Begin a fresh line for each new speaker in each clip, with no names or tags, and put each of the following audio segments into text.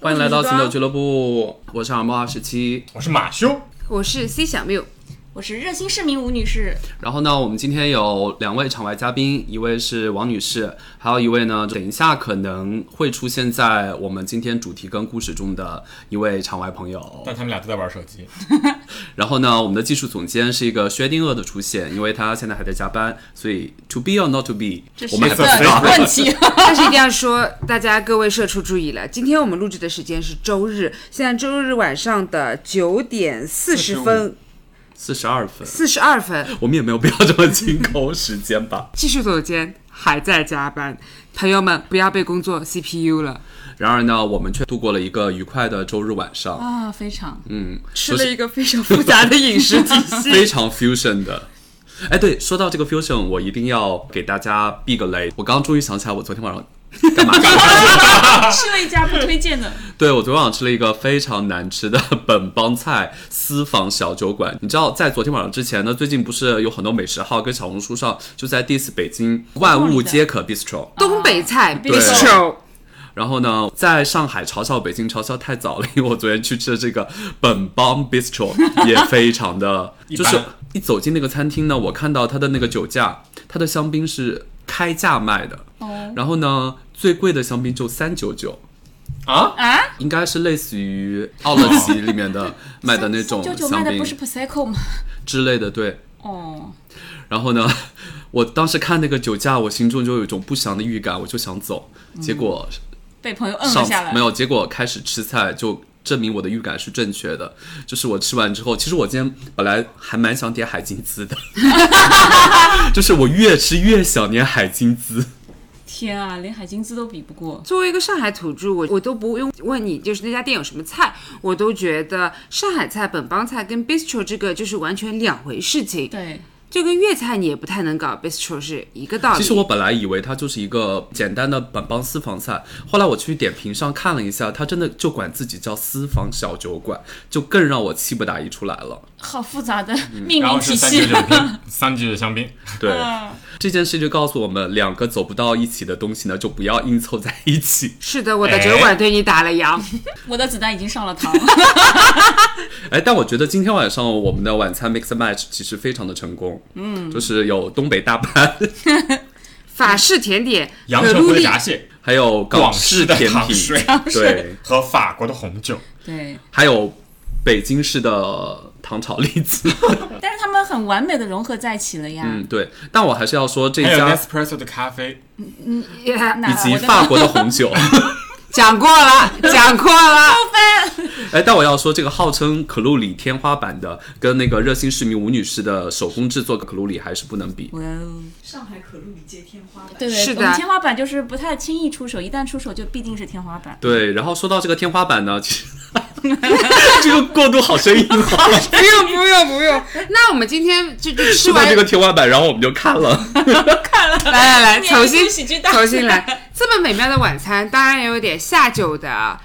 欢迎来到行走俱乐部，我是阿猫二十七。
我是马修，
我是 C 小 缪，
我是热心市民吴女士，
然后呢，我们今天有两位场外嘉宾，一位是王女士，还有一位呢，等一下可能会出现在我们今天主题跟故事中的一位场外朋友。
但他们俩都在玩手机。
然后呢，我们的技术总监是一个薛定谔的出现，因为他现在还在加班，所以 to be or not to be，
这是
我
一
们
个
还不知道。
问题。
但是一定要说，大家各位社畜注意了，今天我们录制的时间是周日，现在周日晚上的九点四十分
四十二分，
四十二分，
我们也没有必要这么紧抠时间吧。
技术总监还在加班，朋友们不要被工作 CPU 了，
然而呢，我们却度过了一个愉快的周日晚上，
啊，非常
嗯，
吃了一个非常复杂的饮食 体
就是非
系。
常 fusion 的。哎，对，说到这个 fusion，我一定要给大家避个雷。我刚刚终于想起来，我昨天晚上干嘛？啊
吃了一家不推荐的，
对我昨天晚上吃了一个非常难吃的 本帮菜私房小酒馆。你知道，在昨天晚上之前呢，最近不是有很多美食号跟小红书上就在 diss 北京万物皆可 bistro。
东北菜
对
bistro，
然后呢，在上海嘲笑北京嘲笑太早了，因为我 昨天去吃的这个本帮 Bistro 也非常的，
一
就
般
是一走进那个餐厅呢，我看到它的那个酒架，它的香槟是开价卖的，
哦
然后呢，最贵的香槟就三九九。
啊，
啊，
应该是类似于奥乐奇里面 的卖的那种
九九卖
香
的
槟
不是 Prosecco 吗？
之类的，对。
哦，
然后呢， 我当时看那个酒架，我心中就有一种不祥的预感，我就想走，结果
被朋友摁
上
了嗯下来，
没有，结果开始吃菜就证明我的预感是正确的。就是我吃完之后，其实我今天本来还蛮想点海金滋的， 就是我越吃越想念海金滋。
天啊，连海金滋都比不过。
作为一个上海土著，我我都不用问你，就是那家店有什么菜，我都觉得上海菜、本帮菜跟 bistro 这个就是完全两回事情。
对，
就跟粤菜你也不太能搞 bistro 是一个道理。
其实我本来以为它就是一个简单的本帮私房菜，后来我去点评上看了一下，它真的就管自己叫私房小酒馆，就更让我气不打一处来了。
好复杂的
嗯
命
然后
名
是
体
三九
系。
九瓶，三九九香 槟，
对，
啊
这件事就告诉我们，两个走不到一起的东西呢，就不要硬凑在一起。
是的，我的酒馆对你打了烊。
我的子弹已经上了 膛，
哎，但我觉得今天晚上我们的晚餐 mix and match 其实非常的成功，嗯，就是有东北大盘，
法式甜点、呃
阳
可
澄
露
湖的
丽、
闸蟹
还有港式甜
广
品
式的，
对，
和法国的红酒，
对，
还有北京市的糖炒栗 子，
但是他们很完美的融合在一起了呀。
嗯，对。但我还是要说这
还有哎
家
Nespresso 的咖啡。
Yeah，
那
以及
我的
法国的红酒，
讲过了，讲过了。
哎，但我要说这个号称可露里天花板的，跟那个热心市民吴女士的手工制作可露里还是不能比。
哇哦，
上海可露里街天花板。
对对，
是的
我们天花板就是不太轻易出手，一旦出手就必定是天花板。
对，然后说到这个天花板呢，其实 这个过渡好生 硬啊。
不用不用不用。那我们今天就就吃
说到
完
这个天花板，然后我们就看了。
来来来，重
面
新
部喜剧大赛
重新来。这么美妙的晚餐，当然也有点下酒的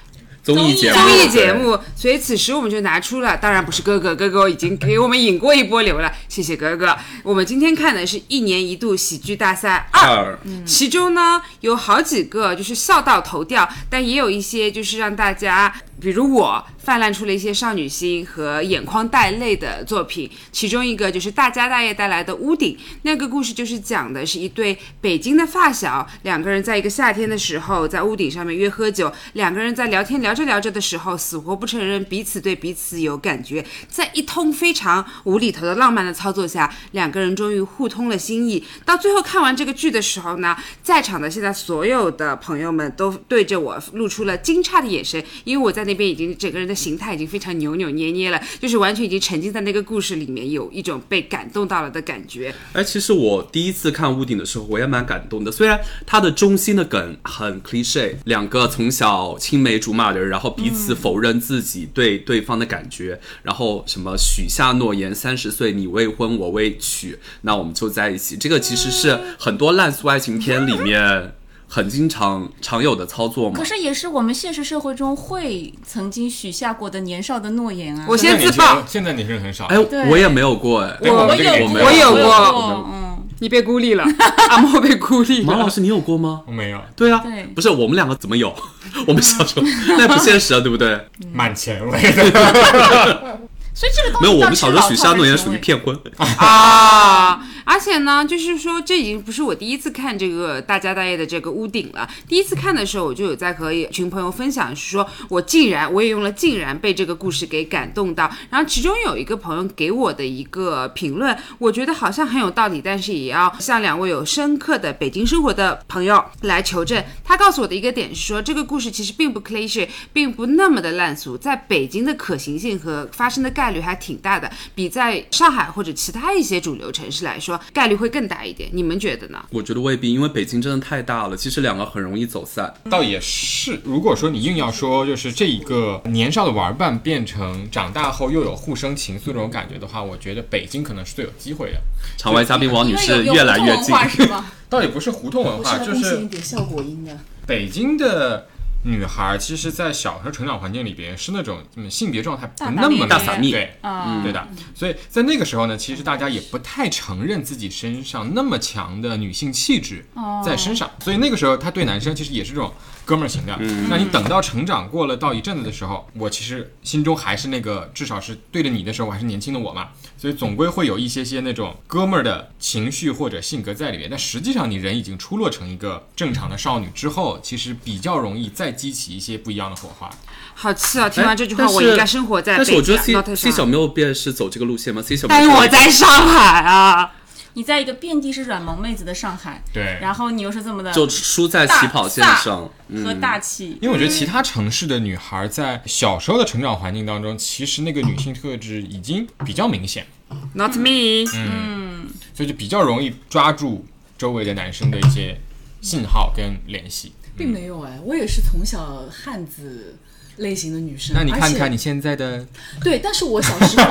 综艺节目，
综艺节目，所以此时我们就拿出了，当然不是哥哥，哥哥已经给我们引过一波流了，谢谢哥哥。我们今天看的是一年一度喜剧大赛二。
二，
其中呢有好几个就是笑到头掉，但也有一些就是让大家，比如我泛滥出了一些少女心和眼眶带泪的作品。其中一个就是大家大业带来的《屋顶》，那个故事就是讲的是一对北京的发小，两个人在一个夏天的时候在屋顶上面约喝酒，两个人在聊天聊着聊着的时候，死活不承认彼此对彼此有感觉，在一通非常无厘头的浪漫的操作下，两个人终于互通了心意。到最后看完这个剧的时候呢，在场的现在所有的朋友们都对着我露出了惊诧的眼神，因为我在那边已经整个人的形态已经非常扭扭捏捏了，就是完全已经沉浸在那个故事里面，有一种被感动到了的感觉。
哎，其实我第一次看《屋顶》的时候，我也蛮感动的。虽然它的中心的梗很 cliche，两个从小青梅竹马的人，然后彼此否认自己对对方的感觉，然后什么许下诺言，三十岁你未婚我未娶，那我们就在一起。这个其实是很多烂俗爱情片里面很经常常有的操作嘛
可。是也是我们现实社会中会曾经许下过的年少的诺言啊。
我
现在
先
年
自
轻人
爆，
现在年轻人很少。
哎，
对
我也没有过哎。
对
我
我们这个
有
年纪
过，
人
我有
有
过
嗯，
你被孤立了，阿莫被孤立
马老
了。
师，你有过吗？
哦我没有。
对啊
对，
不是我们两个怎么有？ 我们小时候那不现实啊，对不对？
嗯
蛮前卫 的。
所以这个东西
没有，我
到
们
底
小
是
时
老
候许下诺言
套还
属
是
于
前卫
骗婚。
啊！而且呢，就是说这已经不是我第一次看这个大家大业的这个屋顶了。第一次看的时候，我就有在和一群朋友分享，说我竟然我也用了“竟然”被这个故事给感动到。然后其中有一个朋友给我的一个评论，我觉得好像很有道理，但是也要向两位有深刻的北京生活的朋友来求证。他告诉我的一个点是说，这个故事其实并不 cliche，并不那么的烂俗，在北京的可行性和发生的概率还挺大的，比在上海或者其他一些主流城市来说，概率会更大一点。你们觉得呢？
我觉得未必，因为北京真的太大了，其实两个很容易走散。
倒也是，如果说你硬要说，就是这一个年少的玩伴变成长大后又有互生情愫这种感觉的话，我觉得北京可能是最有机会的。
场外嘉宾王女
因
士
为有
越来
有
越
文
近
化，是吗？
倒也不是胡同文
我
化，
来
就
贡献一
是
点效果音的。
北京的女孩，其实，在小时候成长环境里边是那种嗯性别状态不那么
大撒蜜
对，
啊，
对的。所以在那个时候呢，其实大家也不太承认自己身上那么强的女性气质在身上，所以那个时候他对男生其实也是这种哥们儿型的。那你等到成长过了到一阵子的时候，我其实心中还是那个，至少是对着你的时候，我还是年轻的我嘛，所以总归会有一些些那种哥们儿的情绪或者性格在里面。但实际上，你人已经出落成一个正常的少女之后，其实比较容易再激起一些不一样的火花。
好气啊！听完这句话，
但是
我应该生活在
但
北
是我
京
觉得 C
，not
C 小
上。
缪便是走这个路线吗？C 小缪，
但是我在上海啊，
你在一个遍地是软萌妹子的上海，
对
然后你又是这么的
就输在起跑线上。
和大气，
因为我觉得其他城市的女孩在小时候的成长环境当中，其实那个女性特质已经比较明显，
，not me。
所以就比较容易抓住周围的男生的一些信号跟联系。
并没有哎，我也是从小汉子类型的女生。
那你看看
你
你现在的，
对，但是我小时候，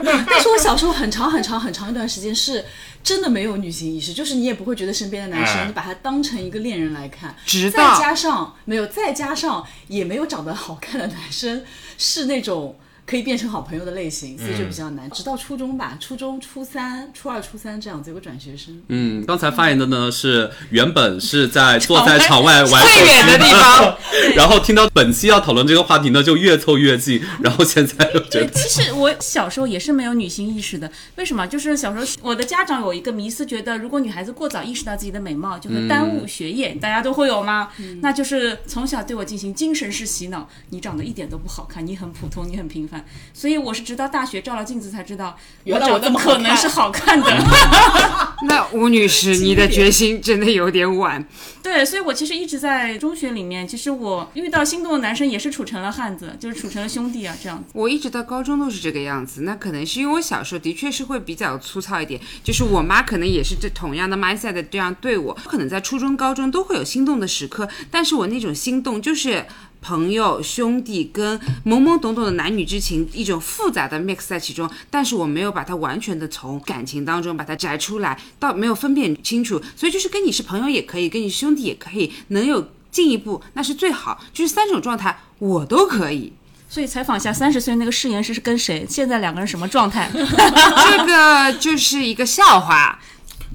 但是我小时候很长很长很长一段时间是真的没有女性意识，就是你也不会觉得身边的男
哎
生，你把他当成一个恋人来看。
直
再
到
加上没有，再加上也没有长得好看的男生是那种。可以变成好朋友的类型，所以就比较难。直到初中吧，初中初三、初二、初三这样子，有个转学生。
嗯，刚才发言的呢是原本是在坐在场外玩手
最
机
远的地方，
然后听到本期要讨论这个话题呢，就越凑越近，然后现在又觉
对，
得。
其实我小时候也是没有女性意识的。为什么？就是小时候我的家长有一个迷思，觉得如果女孩子过早意识到自己的美貌，就会耽误学业，大家都会有吗？
嗯
那就是从小对我进行精神式洗脑，你长得一点都不好看，你很普通，你很平凡。所以我是直到大学照了镜子才知道，
原来
长
我
得
这么好
可
看
能是好看的。
那吴女士，你的决心真的有点晚。
对，所以我其实一直在中学里面，其实我遇到心动的男生也是处成了汉子，就是处成了兄弟啊这样子。
我一直到高中都是这个样子，那可能是因为我小时候的确是会比较粗糙一点，就是我妈可能也是这同样的 mindset 地这样对我，可能在初中、高中都会有心动的时刻，但是我那种心动就是。朋友、兄弟跟懵懵懂懂的男女之情，一种复杂的 mix 在其中，但是我没有把它完全的从感情当中把它摘出来，到没有分辨清楚，所以就是跟你是朋友也可以，跟你是兄弟也可以，能有进一步那是最好，就是三种状态我都可以。
所以采访一下三十岁那个誓言师是跟谁？现在两个人什么状 态？
这个就是一个笑话。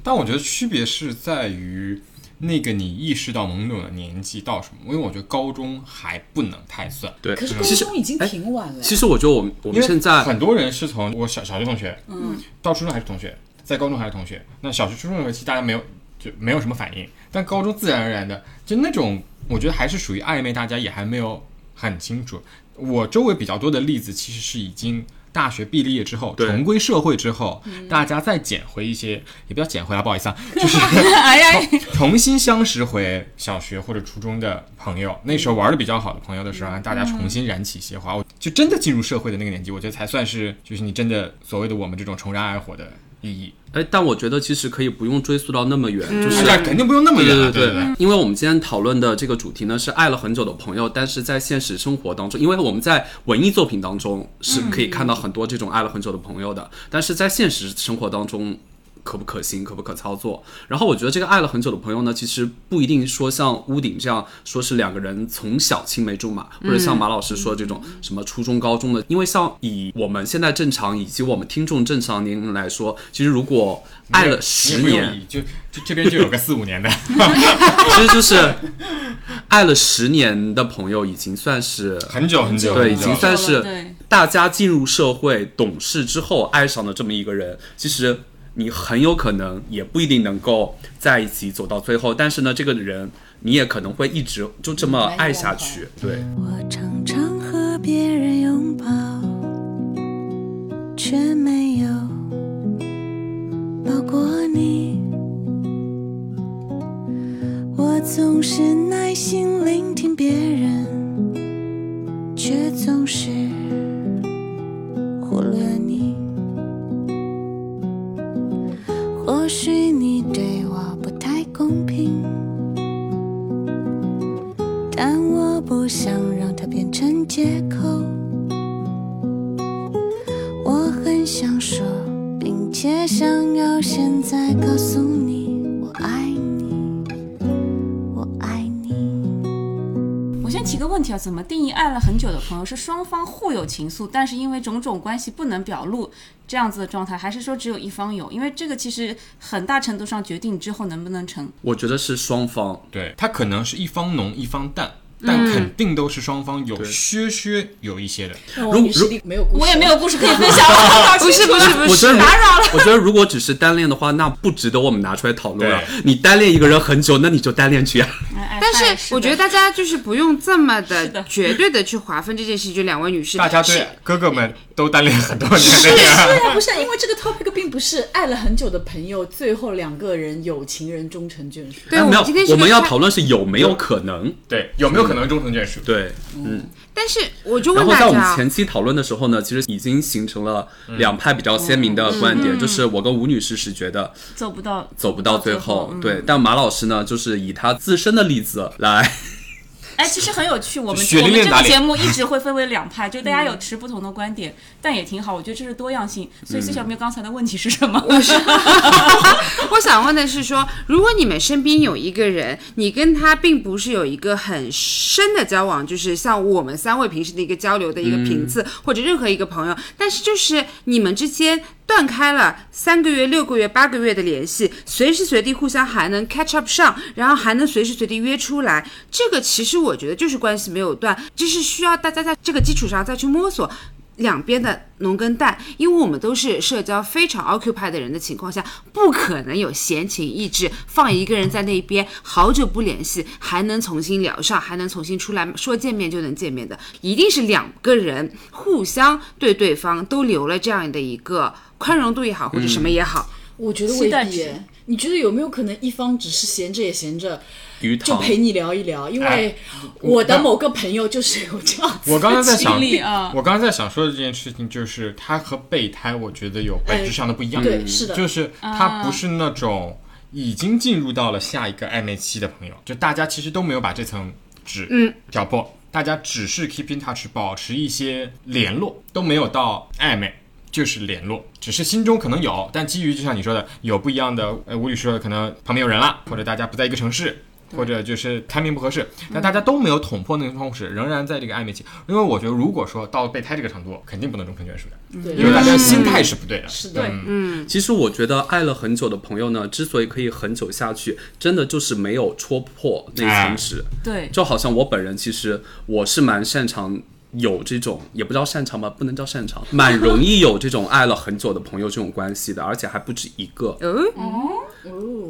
但我觉得区别是在于那个你意识到懵懂的年纪到什么，因为我觉得高中还不能太算。
对，
可是高
其实
中已经
哎
挺晚了，
其实我觉得我们我
因
们
为
现在
很多人是从我小小学同学，嗯，到初中还是同学，在高中还是同学。那小学、初中的时期，大家没有就没有什么反应，但高中自然而然的，就那种我觉得还是属于暧昧，大家也还没有很清楚。我周围比较多的例子，其实是已经大学毕业之后，
对
重归社会之后，大家再捡回一些，也不要捡回来，不好意思啊，就是
哎呀，
哦重新相识回小学或者初中的朋
嗯
友，那时候玩的比较好的朋友的时候，大家重新燃起邪花，我就真的进入社会的那个年纪，我觉得才算是就是你真的所谓的我们这种重燃爱火的意义。
哎，但我觉得其实可以不用追溯到那么远，就是
那肯定不用那么远啊，
嗯对
对对，
因为我们今天讨论的这个主题呢是爱了很久的朋友，但是在现实生活当中，因为我们在文艺作品当中是可以看到很多这种爱了很久的朋友的，但是在现实生活当中。可不可行、可不可操作。然后我觉得这个爱了很久的朋友呢，其实不一定说像屋顶这样说是两个人从小青梅竹马，或者像马老师说这种什么初中、高中的。因为像以我们现在正常以及我们听众正常年龄来说，其实如果爱了十
你也不用
年，
理，就就这边就 有个四五年的，
其实就是爱了十年的朋友已经算是
很久很久，
对，已
很久
经算
久了
是
对
大家进入社会、懂事之后爱上的这么一个人。其实你很有可能也不一定能够在一起走到最后，但是呢，这个人你也可能会一直就这么爱下去。对，
我常常和别人拥抱，却没有抱过你。我总是耐心聆听别人，却总是忽略你。或许你对我不太公平。但我不想让它变成借口。我很想说，并且想要现在告诉你，我爱你，我爱你。
我先提个问题啊，怎么定义爱了很久的朋友？是双方互有情愫，但是因为种种关系不能表露这样子的状态，还是说只有一方有？因为这个其实很大程度上决定你之后能不能成。
我觉得是双方。
对，它可能是一方浓一方淡，但
嗯
肯定都是双方有削削有一些的。
那王女士力没有故事，
我也没有 故事可以分享，我搞清
不是
楚
不
了
是不
我觉
是
得如
打扰了，
我觉得如果只是单恋的话，那不值得我们拿出来讨论啊。你单恋一个人很久，那你就单恋去啊。
哎哎
但
嗨
是我觉得大家就是不用这么
是
的
的
绝对的去划分这件事情，就两位女士，
大家
是
啊
对哥哥们都单恋很多年 的呀，
不是因为这个 topic 并不是爱了很久的朋友，最后两个人有情人终成眷属。
对，
哎
我
没有
们今天，是
我们
个
要
开
讨论是有没有可能。
对，有没有可能终成眷属？
对，
但是我就
然
问大
后在我
家
们
啊，
前期讨论的时候呢，其实已经形成了两派比较鲜明的观点，就是我跟吴女士是觉得
走不到
走不到最后，
嗯
对，但马老师呢，就是以他自身的例子来，
哎，其实很有趣，我们
血
我
淋
们
淋
这
打
个
脸
节目一直会分为两派，就大家有持不同的观点，但也挺好，我觉得这是多样性。所以
嗯
，C 小妹刚才的问题是什么？
我想问的是说，如果你们身边有一个人，你跟他并不是有一个很深的交往，就是像我们三位平时的一个交流的一个频次，或者任何一个朋友，但是就是你们之间。断开了三个月、六个月、八个月的联系，随时随地互相还能 catch up 上，然后还能随时随地约出来。这个其实我觉得就是关系没有断，就是需要大家在这个基础上再去摸索。两边的浓跟淡，因为我们都是社交非常 occupy 的人的情况下，不可能有闲情逸致放一个人在那边好久不联系，还能重新聊上，还能重新出来说见面就能见面的，一定是两个人互相对对方都留了这样的一个宽容度也好，或者什么也好，
我觉得
期
未
待
必
值
耶。你觉得有没有可能一方只是闲着也闲着，
鱼
就
塘
陪你聊一聊？因为
哎
我的某个朋友就是有这样子。
我刚才在 想
经历啊，
我刚才在想说的这件事情，就是它和备胎，我觉得有本质上的不一样。
哎对是的
就是它不是那种已经进入到了下一个暧昧期的朋友，就大家其实都没有把这层纸
嗯
搅破，大家只是 keep in touch，保持一些联络，都没有到暧昧。就是联络，只是心中可能有，但基于就像你说的，有不一样的，呃，吴律师说的，可能旁边有人了，或者大家不在一个城市，或者就是 timing 不合适，但大家都没有捅破那个窗户纸，仍然在这个暧昧期。因为我觉得，如果说到备胎这个程度，肯定不能终成眷属的，
对，
因为大家心态是不对的。
是的
对，嗯
其实我觉得爱了很久的朋友呢，之所以可以很久下去，真的就是没有戳破那层纸。
对，
就好像我本人，其实我是蛮擅长。有这种也不知道擅长吧，不能叫擅长，蛮容易有这种爱了很久的朋友这种关系的，而且还不止一个。
哦，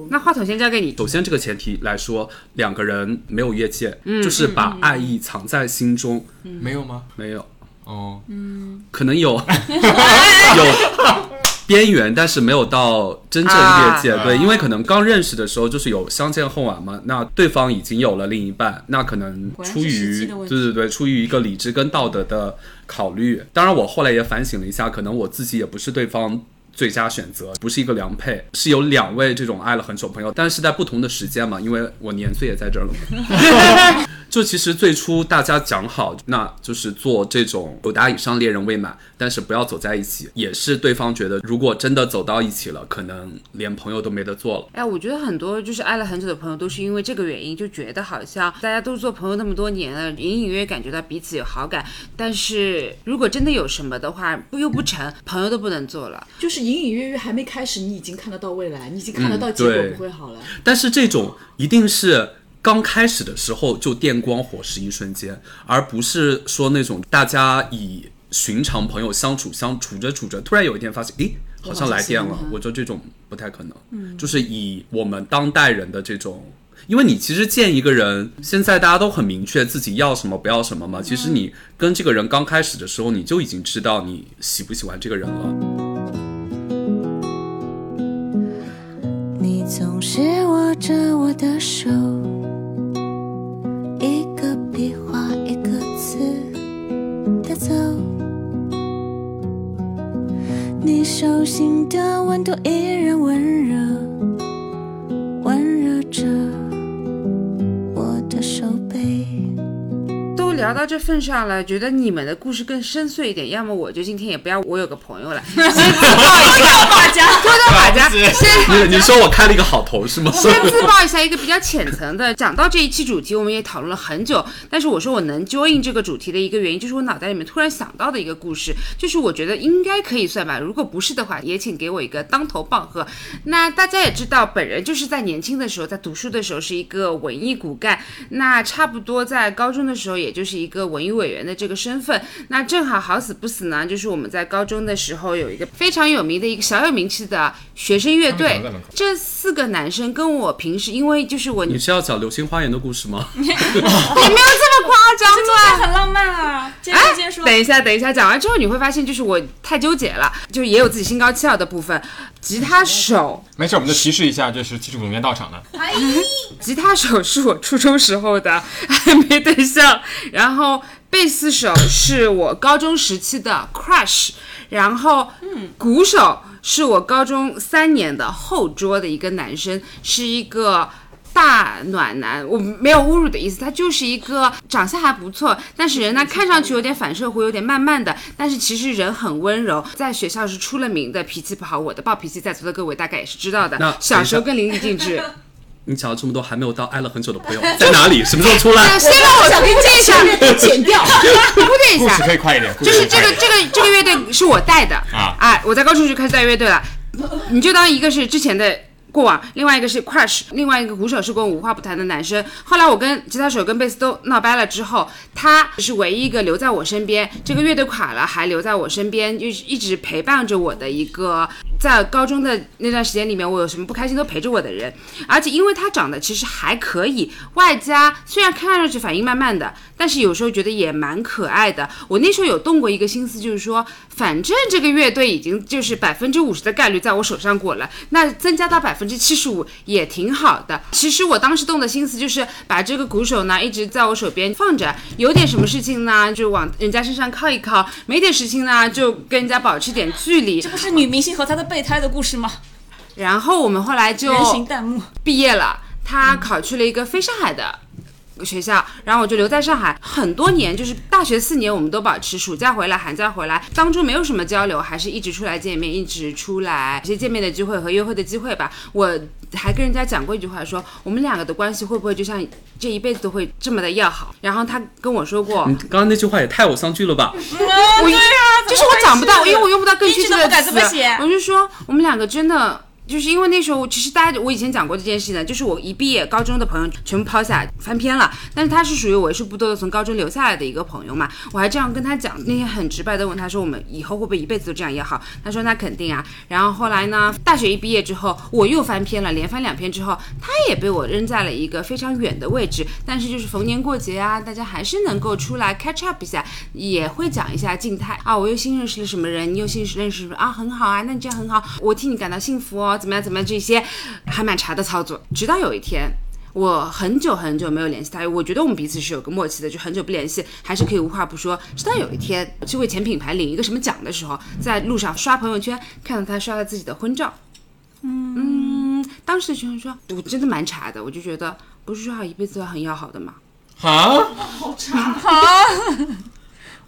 那话筒先交给你。
首先，这个前提来说，两个人没有越界，就是把爱意藏在心中，
没有吗？
没有，
哦，
可能有有边缘，但是没有到真正越界。
啊
对，因为可能刚认识的时候就是有相见恨晚嘛，那对方已经有了另一半，那可能
果然
出
是时
于
机的问
对
题
对对，出于一个理智跟道德的考虑。当然，我后来也反省了一下，可能我自己也不是对方。最佳选择，不是一个良配，是有两位这种爱了很久朋友，但是在不同的时间嘛，因为我年岁也在这儿了 嘛。就其实最初大家讲好，那就是做这种九打以上恋人未满，但是不要走在一起，也是对方觉得如果真的走到一起了，可能连朋友都没得做了。
哎，我觉得很多就是爱了很久的朋友，都是因为这个原因，就觉得好像大家都是做朋友那么多年了，隐隐约约感觉到彼此有好感，但是如果真的有什么的话，不又不成，朋友都不能做了。
就是隐隐约约还没开始，你已经看得到未来，你已经看
嗯
得到结果
对
不会好了。
但是这种一定是刚开始的时候就电光火石一瞬间，而不是说那种大家以寻常朋友相处相处着处着，突然有一天发现，诶，嗯好像来电
我
了
好像喜欢。他
我觉得这种不太可能。嗯，就是以我们当代人的这种。因为你其实见一个人，现在大家都很明确自己要什么不要什么嘛。其实你跟这个人刚开始的时候，你就已经知道你喜不喜欢这个人了。
你总是握着我的手，一个笔画一个字的走。你手心的温度依然温热，温热着我的手背。
都聊到这份上了，觉得你们的故事更深邃一点，要么我就今天也不要，我有个朋友了，先自报一下马甲，脱掉马 甲，先。
你你说我开了一个好头是吗？
先自曝一下一个比较浅层的，讲到这一期主题，我们也讨论了很久。但是我说我能 join 这个主题的一个原因，就是我脑袋里面突然想到的一个故事，就是我觉得应该可以算吧，如果不是的话，也请给我一个当头棒喝。那大家也知道，本人就是在年轻的时候，在读书的时候是一个文艺骨干，那差不多在高中的时候，也就是一个文艺委员的这个身份。那正好好死不死呢，就是我们在高中的时候有一个非常有名的一个小有名气的学生乐
他
队
们常在门口，
这四个男生跟我平时，因为就是我也没
你
有
是要讲《流星花园》的故事吗？
这么夸张
这
吧？
很浪漫啊！接着接着说，
等一下，等一下，讲完之后你会发现，就是我太纠结了，就是也有自己心高气傲的部分。吉他手，
没事，我们就提示一下，就是技术总监到场了。
吉他手是我初中时候的暧昧对象，然后贝斯手是我高中时期的 crush，然后鼓手是我高中三年的后桌的一个男生，是一个。大暖男，我没有侮辱的意思，他就是一个长相还不错，但是人呢看上去有点反社会，有点慢慢的，但是其实人很温柔，在学校是出了名的脾气不好。我的暴脾气在座的各位大概也是知道
那
的，小时候更淋漓尽致。
你讲了这么多，还没有到爱了很久的朋友 在哪里？什么时候出 来？
啊先让我
想
推
听
荐一下，
这个剪掉，
铺垫一
故事
下，
可以快一点，故
就是
事可以
这
快一
个
点。
这个这个乐队是我带的
哎啊
哎，我在高中就开始带乐队了，你就当一个是之前的。过往，另外一个是 Crush，另外一个鼓手是跟我无话不谈的男生。后来我跟吉他手跟贝斯都闹掰了之后，他是唯一一个留在我身边，这个乐队垮了还留在我身边，就是一直陪伴着我的一个，在高中的那段时间里面，我有什么不开心都陪着我的人。而且因为他长得其实还可以，外加虽然看上去反应慢慢的，但是有时候觉得也蛮可爱的。我那时候有动过一个心思，就是说，反正这个乐队已经就是百分之五十的概率在我手上过了，那增加到百分之七十五也挺好的。其实我当时动的心思就是把这个鼓手呢一直在我手边放着，有点什么事情呢就往人家身上靠一靠，没点事情呢就跟人家保持点距离
这。不是女明星和她的备胎的故事吗？
然后我们后来就
人形弹幕，
毕业了，他考去了一个非上海的。学校，然后我就留在上海很多年，就是大学四年，我们都保持暑假回来、寒假回来，当中没有什么交流，还是一直出来见面，一直出来一些见面的机会和约会的机会吧。我还跟人家讲过一句话说我们两个的关系会不会就像这一辈子都会这么的要好？然后他跟我说过，
你刚刚那句话也太偶像剧了吧？
我
对啊，
就是我讲不到，因为我用不到更
一
具
直
体
都
的
不敢这么
词
写。
我就说我们两个真的。就是因为那时候，其实大家我以前讲过这件事情的，就是我一毕业，高中的朋友全部抛下翻篇了。但是他是属于为数不多的从高中留下来的一个朋友嘛，我还这样跟他讲，那天很直白的问他说，我们以后会不会一辈子都这样也好？他说那肯定啊。然后后来呢，大学一毕业之后，我又翻篇了，连翻两篇之后，他也被我扔在了一个非常远的位置。但是就是逢年过节啊，大家还是能够出来 catch up 一下，也会讲一下静态啊，我又新认识了什么人，你又新认识什么啊，很好啊，那你这样很好，我替你感到幸福哦，怎么样怎么样这些，还蛮茶的操作。直到有一天，我很久很久没有联系他，我觉得我们彼此是有个默契的，就很久不联系，还是可以无话不说。直到有一天去为前品牌领一个什么奖的时候，在路上刷朋友圈，看到他刷了自己的婚照，嗯当时群众说，我真的蛮傻的，我就觉得不是说好一辈子都很要好的嘛，
啊，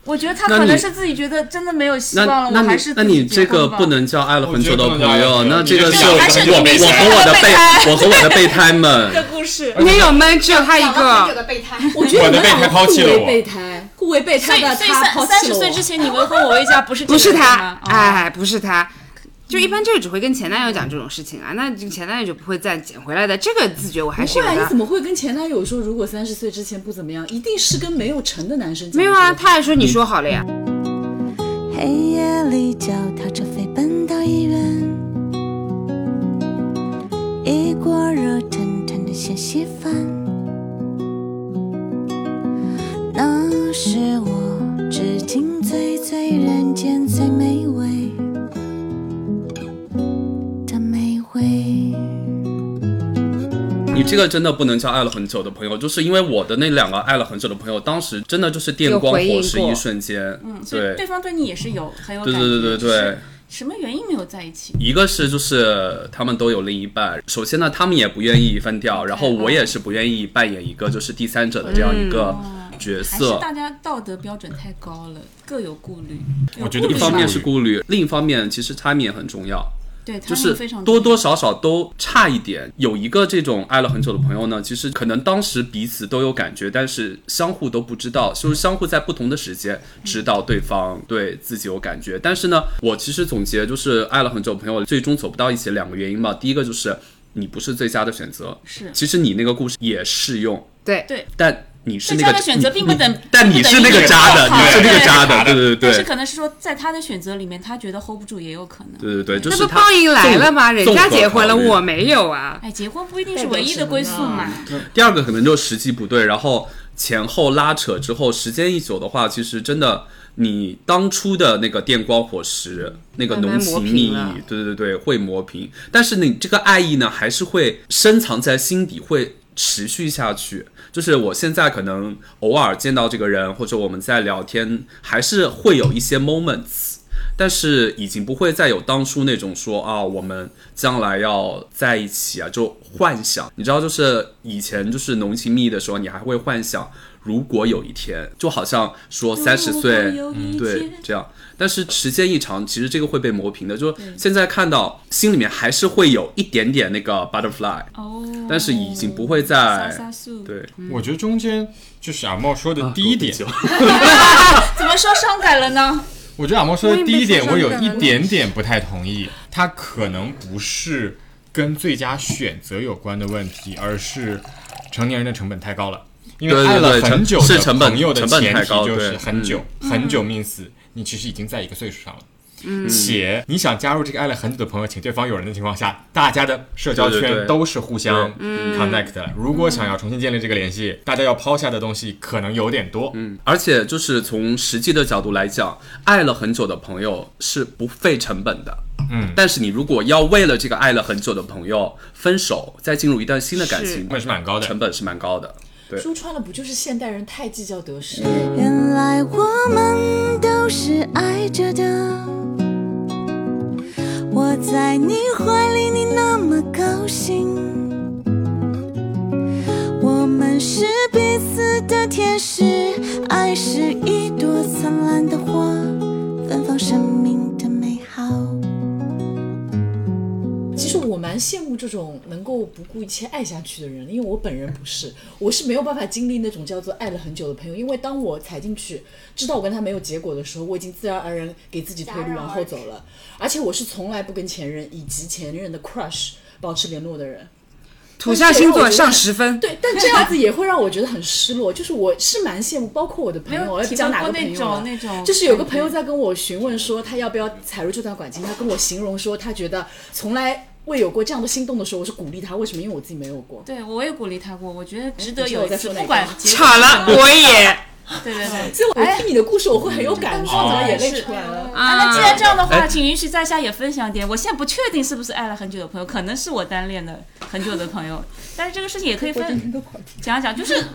我觉得他
那
可能
你
是自己觉得真的没有希
那
望了，我
那
还
你
是
那
自己
你
结
这
婚
个
吧
不能叫爱了很久的朋友，
我觉得不能叫爱了
那
很久
这个
你
是
这
我
个是
我
你
我和我的备我和我的备胎们，
的故事。
没有闷，只有他一
很久
个。
的备胎，
我觉得
我
你
的
们
备
两
胎
个
抛弃
互
了
为
我
备胎，互为备
所
胎
以，
的
所以
他抛
三三
弃
十
了
岁
我
之。前你未婚我未嫁，不是
不
这
是
个人
他
吗，哦啊
哎，不是他，就一般这个只会跟前男友讲这种事情啊，那这个前男友就不会再捡回来的。这个自觉我还是
不
有
然你
的
怎。么会跟前男友说，如果三十岁之前不怎么样，一定是跟没有成的男生讲
没有啊，
这个
他还说你说好了呀。
黑夜里脚踏车飞奔到医院，一锅热腾腾的咸稀饭。那是我至今最最人间最美味的美味。
你这个真的不能叫爱了很久的朋友，就是因为我的那两个爱了很久的朋友，当时真的就是电光火
有
石
回应过
一瞬间，
嗯所以
对
对方对你也是有很有
对
感
对
觉，
对对
只是
对。
什么原因没有在一起？
一个是就是他们都有另一半，首先呢，他们也不愿意分掉，然后我也是不愿意扮演一个就是第三者的这样一个角
还是
色。
大家道德标准太高了，各有顾虑。
我觉得
一
不
方面是
顾虑
顾虑，另一方面其实 timing 也很重要，
对，
就
他
是
们非常
多多
重
少少都差一点。有一个这种爱了很久的朋友呢，其实可能当时彼此都有感觉，但是相互都不知道，就是相互在不同的时间知道对方对自己有感觉。但是呢，我其实总结就是爱了很久的朋友最终走不到一起两个原因吧，第一个就是你不是最佳的选择，
是
其实你那个故事也适用，
对，
对。
但你是
最
那
佳
个
的选择并不等，
但
并
你
不
是
等于
那个
你
渣的，
不好
你是那个
对
渣的，对对对
但是可能是说，在他的选择里面，他觉得 hold 不住也有可能。
对对对，就
嗯那
是
不
他
报应来了吗？
综
人家结婚了，。
综合考
我
虑
没有啊。
哎，结婚不一定是唯一的归宿嘛。
第二个可能就是时机不对，然后前后拉扯之后，时间一久的话，其实真的你当初的那个电光火石，那个
慢慢
浓情
磨
蜜
平
意
了，
对对对，会磨平。但是你这个爱意呢，还是会深藏在心底，会持续下去。就是我现在可能偶尔见到这个人，或者我们在聊天，还是会有一些 moments。但是已经不会再有当初那种说啊，我们将来要在一起啊，就幻想。你知道，就是以前就是浓情蜜意的时候，你还会幻想，如果有一天，就好像说三十岁，
嗯有一
对
天，
这样。但是时间一长，其实这个会被磨平的。就是现在看到，心里面还是会有一点点那个 butterfly，
哦，
但是哎已经不会
撒
再
撒素。
对。
我觉得中间就是阿茂说的
啊
第一点，
怎么说伤感了呢？
我觉得阿莫说的第一点，我有一点点不太同意，他可能不是跟最佳选择有关的问题，而是成年人的成本太高了。因为
对对
爱了
对
很久
是
的
成本
朋友的
成本
前
太
提
高
就
对嗯
是很久很久 means 你其实已经在一个岁数上了。
嗯
且你想加入这个爱了很久的朋友，请对方有人的情况下，大家的社交
对对
圈
对嗯
都是互相 connect 的。如果想要重新建立这个联系，大家要抛下的东西可能有点多。
嗯而且就是从实际的角度来讲，爱了很久的朋友是不费成本的。
嗯
但是你如果要为了这个爱了很久的朋友分手，再进入一段新的感情
成，本是蛮高的
成本是蛮高的。对，
说穿了，不就是现代人太计较得失？
原来我们都是爱着的。我在你怀里，你那么高兴。我们是彼此的天使，爱是一朵灿烂的花，芬芳生命的美好。
其实我蛮羡慕这种能够不顾一切爱下去的人，因为我本人不是，我是没有办法经历那种叫做爱了很久的朋友。因为当我踩进去，知道我跟他没有结果的时候，我已经自然而然给自己退路往后走了。而且我是从来不跟前任以及前任的 crush 保持联络的人。
土象星座上十分，
对，但这样子也会让我觉得很失落。就是我是蛮羡慕，包括我的朋
没
友，
有
我要
体会
讲哪
过
个
那
朋友
种
了
那种
就是有个
感
朋友
觉
在跟我询问说他要不要踩入这段感情，他跟我形容说他觉得从来未有过这样的心动的时候，我是鼓励他，为什么？因为我自己没有过。
对我也鼓励他过，我觉得值
你
得
知道
有
我在
一次，
说哪
不
个嗯
管
吗
结果
巧了，我也
对对 对。
所以我听你的故事，我会很有感触，
哎
我眼泪出来了。
啊，那既然这样的话，
哎
请允许在下也分享一点。我现在不确定是不是爱了很久的朋友，可能是我单恋的很久的朋友，但是这个事情也可以分讲一讲，就是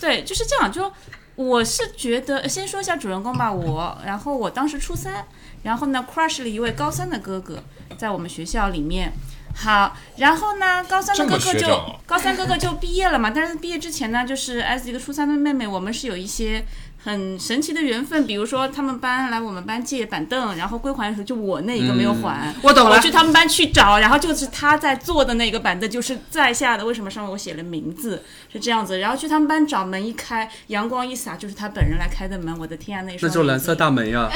对，就是这样。就我是觉得，呃先说一下主人公吧，我，然后我当时初三，然后呢，crush 了一位高三的哥哥，在我们学校里面。好，然后呢，高三的哥哥
这么学
就
长哦
高三哥哥就毕业了嘛，但是毕业之前呢，就是艾斯一个初三的妹妹，我们是有一些很神奇的缘分，比如说他们班来我们班借板凳，然后归还的时候就我那一个没有还，
我懂了
我去他们班去找，然后就是他在坐的那个板凳就是在下的，为什么上面我写了名字是这样子，然后去他们班找，门一开，阳光一洒，就是他本人来开的门，我的天啊，那
嗯
一
那
双
就是蓝
眼睛
色大门呀，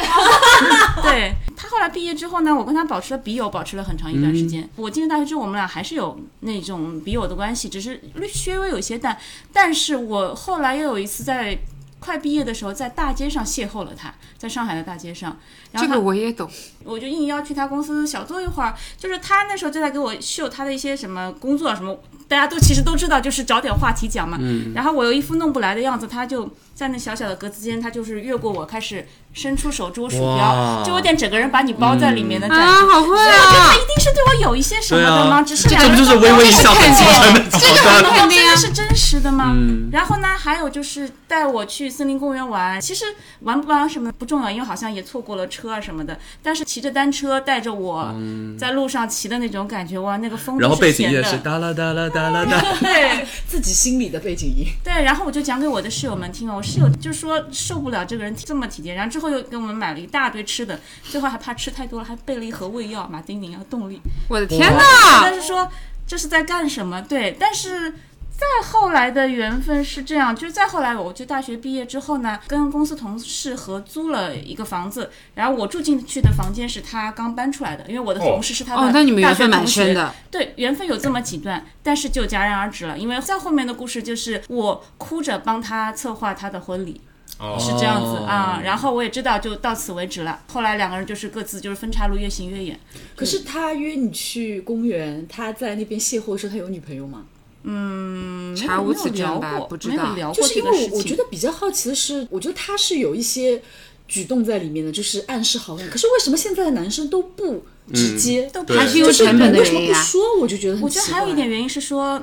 对他后来毕业之后呢，我跟他保持了笔友，保持了很长一段时间。我进入大学之后，我们俩还是有那种笔友的关系，只是略稍微有一些淡。但是我后来又有一次在快毕业的时候，在大街上邂逅了他，在上海的大街上。然
这
后他
个我也懂。
我就应邀去他公司小坐一会儿。就是他那时候就在给我秀他的一些什么工作啊什么，大家都其实都知道，就是找点话题讲嘛。
嗯
然后我有一副弄不来的样子，他就在那小小的格子间，他就是越过我，开始伸出手捉鼠标
哇，嗯
就有点整个人把你包在里面的感觉。
啊，好会啊
他！一定是对我有一些什么
对
的吗？
啊，
只是
这
两
这不
个
就
人
是
都
微微一
没有
笑很倾城的桥 段吗？
哦，
对
这
呀
个是真实的吗？
嗯
然后呢，还有就是带我去森林公园玩，其实玩不玩什么不重要，因为好像也错过了车啊什么的。但是骑着单车带着我在路上骑的那种感觉，哇，那个 风
嗯然后背景音乐
也
是哒啦哒啦哒啦哒，
对
自己心里的背景音，
对，然后我就讲给我的室友们听了，我室友就说受不了这个人这么体贴，然后之后又给我们买了一大堆吃的，最后还怕吃太多了，还备了一盒胃药，马丁宁啊，动力。
我的天哪！
但是说这是在干什么？对，但是。再后来的缘分是这样，就是再后来，我就大学毕业之后呢，跟公司同事合租了一个房子，然后我住进去的房间是他刚搬出来的，因为我的同事是他的、
哦，那你们缘分蛮深。的。
对，缘分有这么几段，但是就戛然而止了，因为在后面的故事就是我哭着帮他策划他的婚礼，
哦，
是这样子啊、然后我也知道就到此为止了。后来两个人就是各自就是分岔路，越行越远。
可是他约你去公园，他在那边邂逅的时候，他有女朋友吗？
没有
查无此
没有聊
证吧
过
不知
没有
道
聊
就
过
是
这
因
个
为
事
我我
情
觉。得比较好奇的是，我觉得他是有一些举动在里面的，就是暗示好感。可是为什么现在的男生都不直接，嗯都
对还
是因为成本的
为什么
原因
不
啊
说？我就觉得很
我觉得
奇
还有
怪
一点原因是说，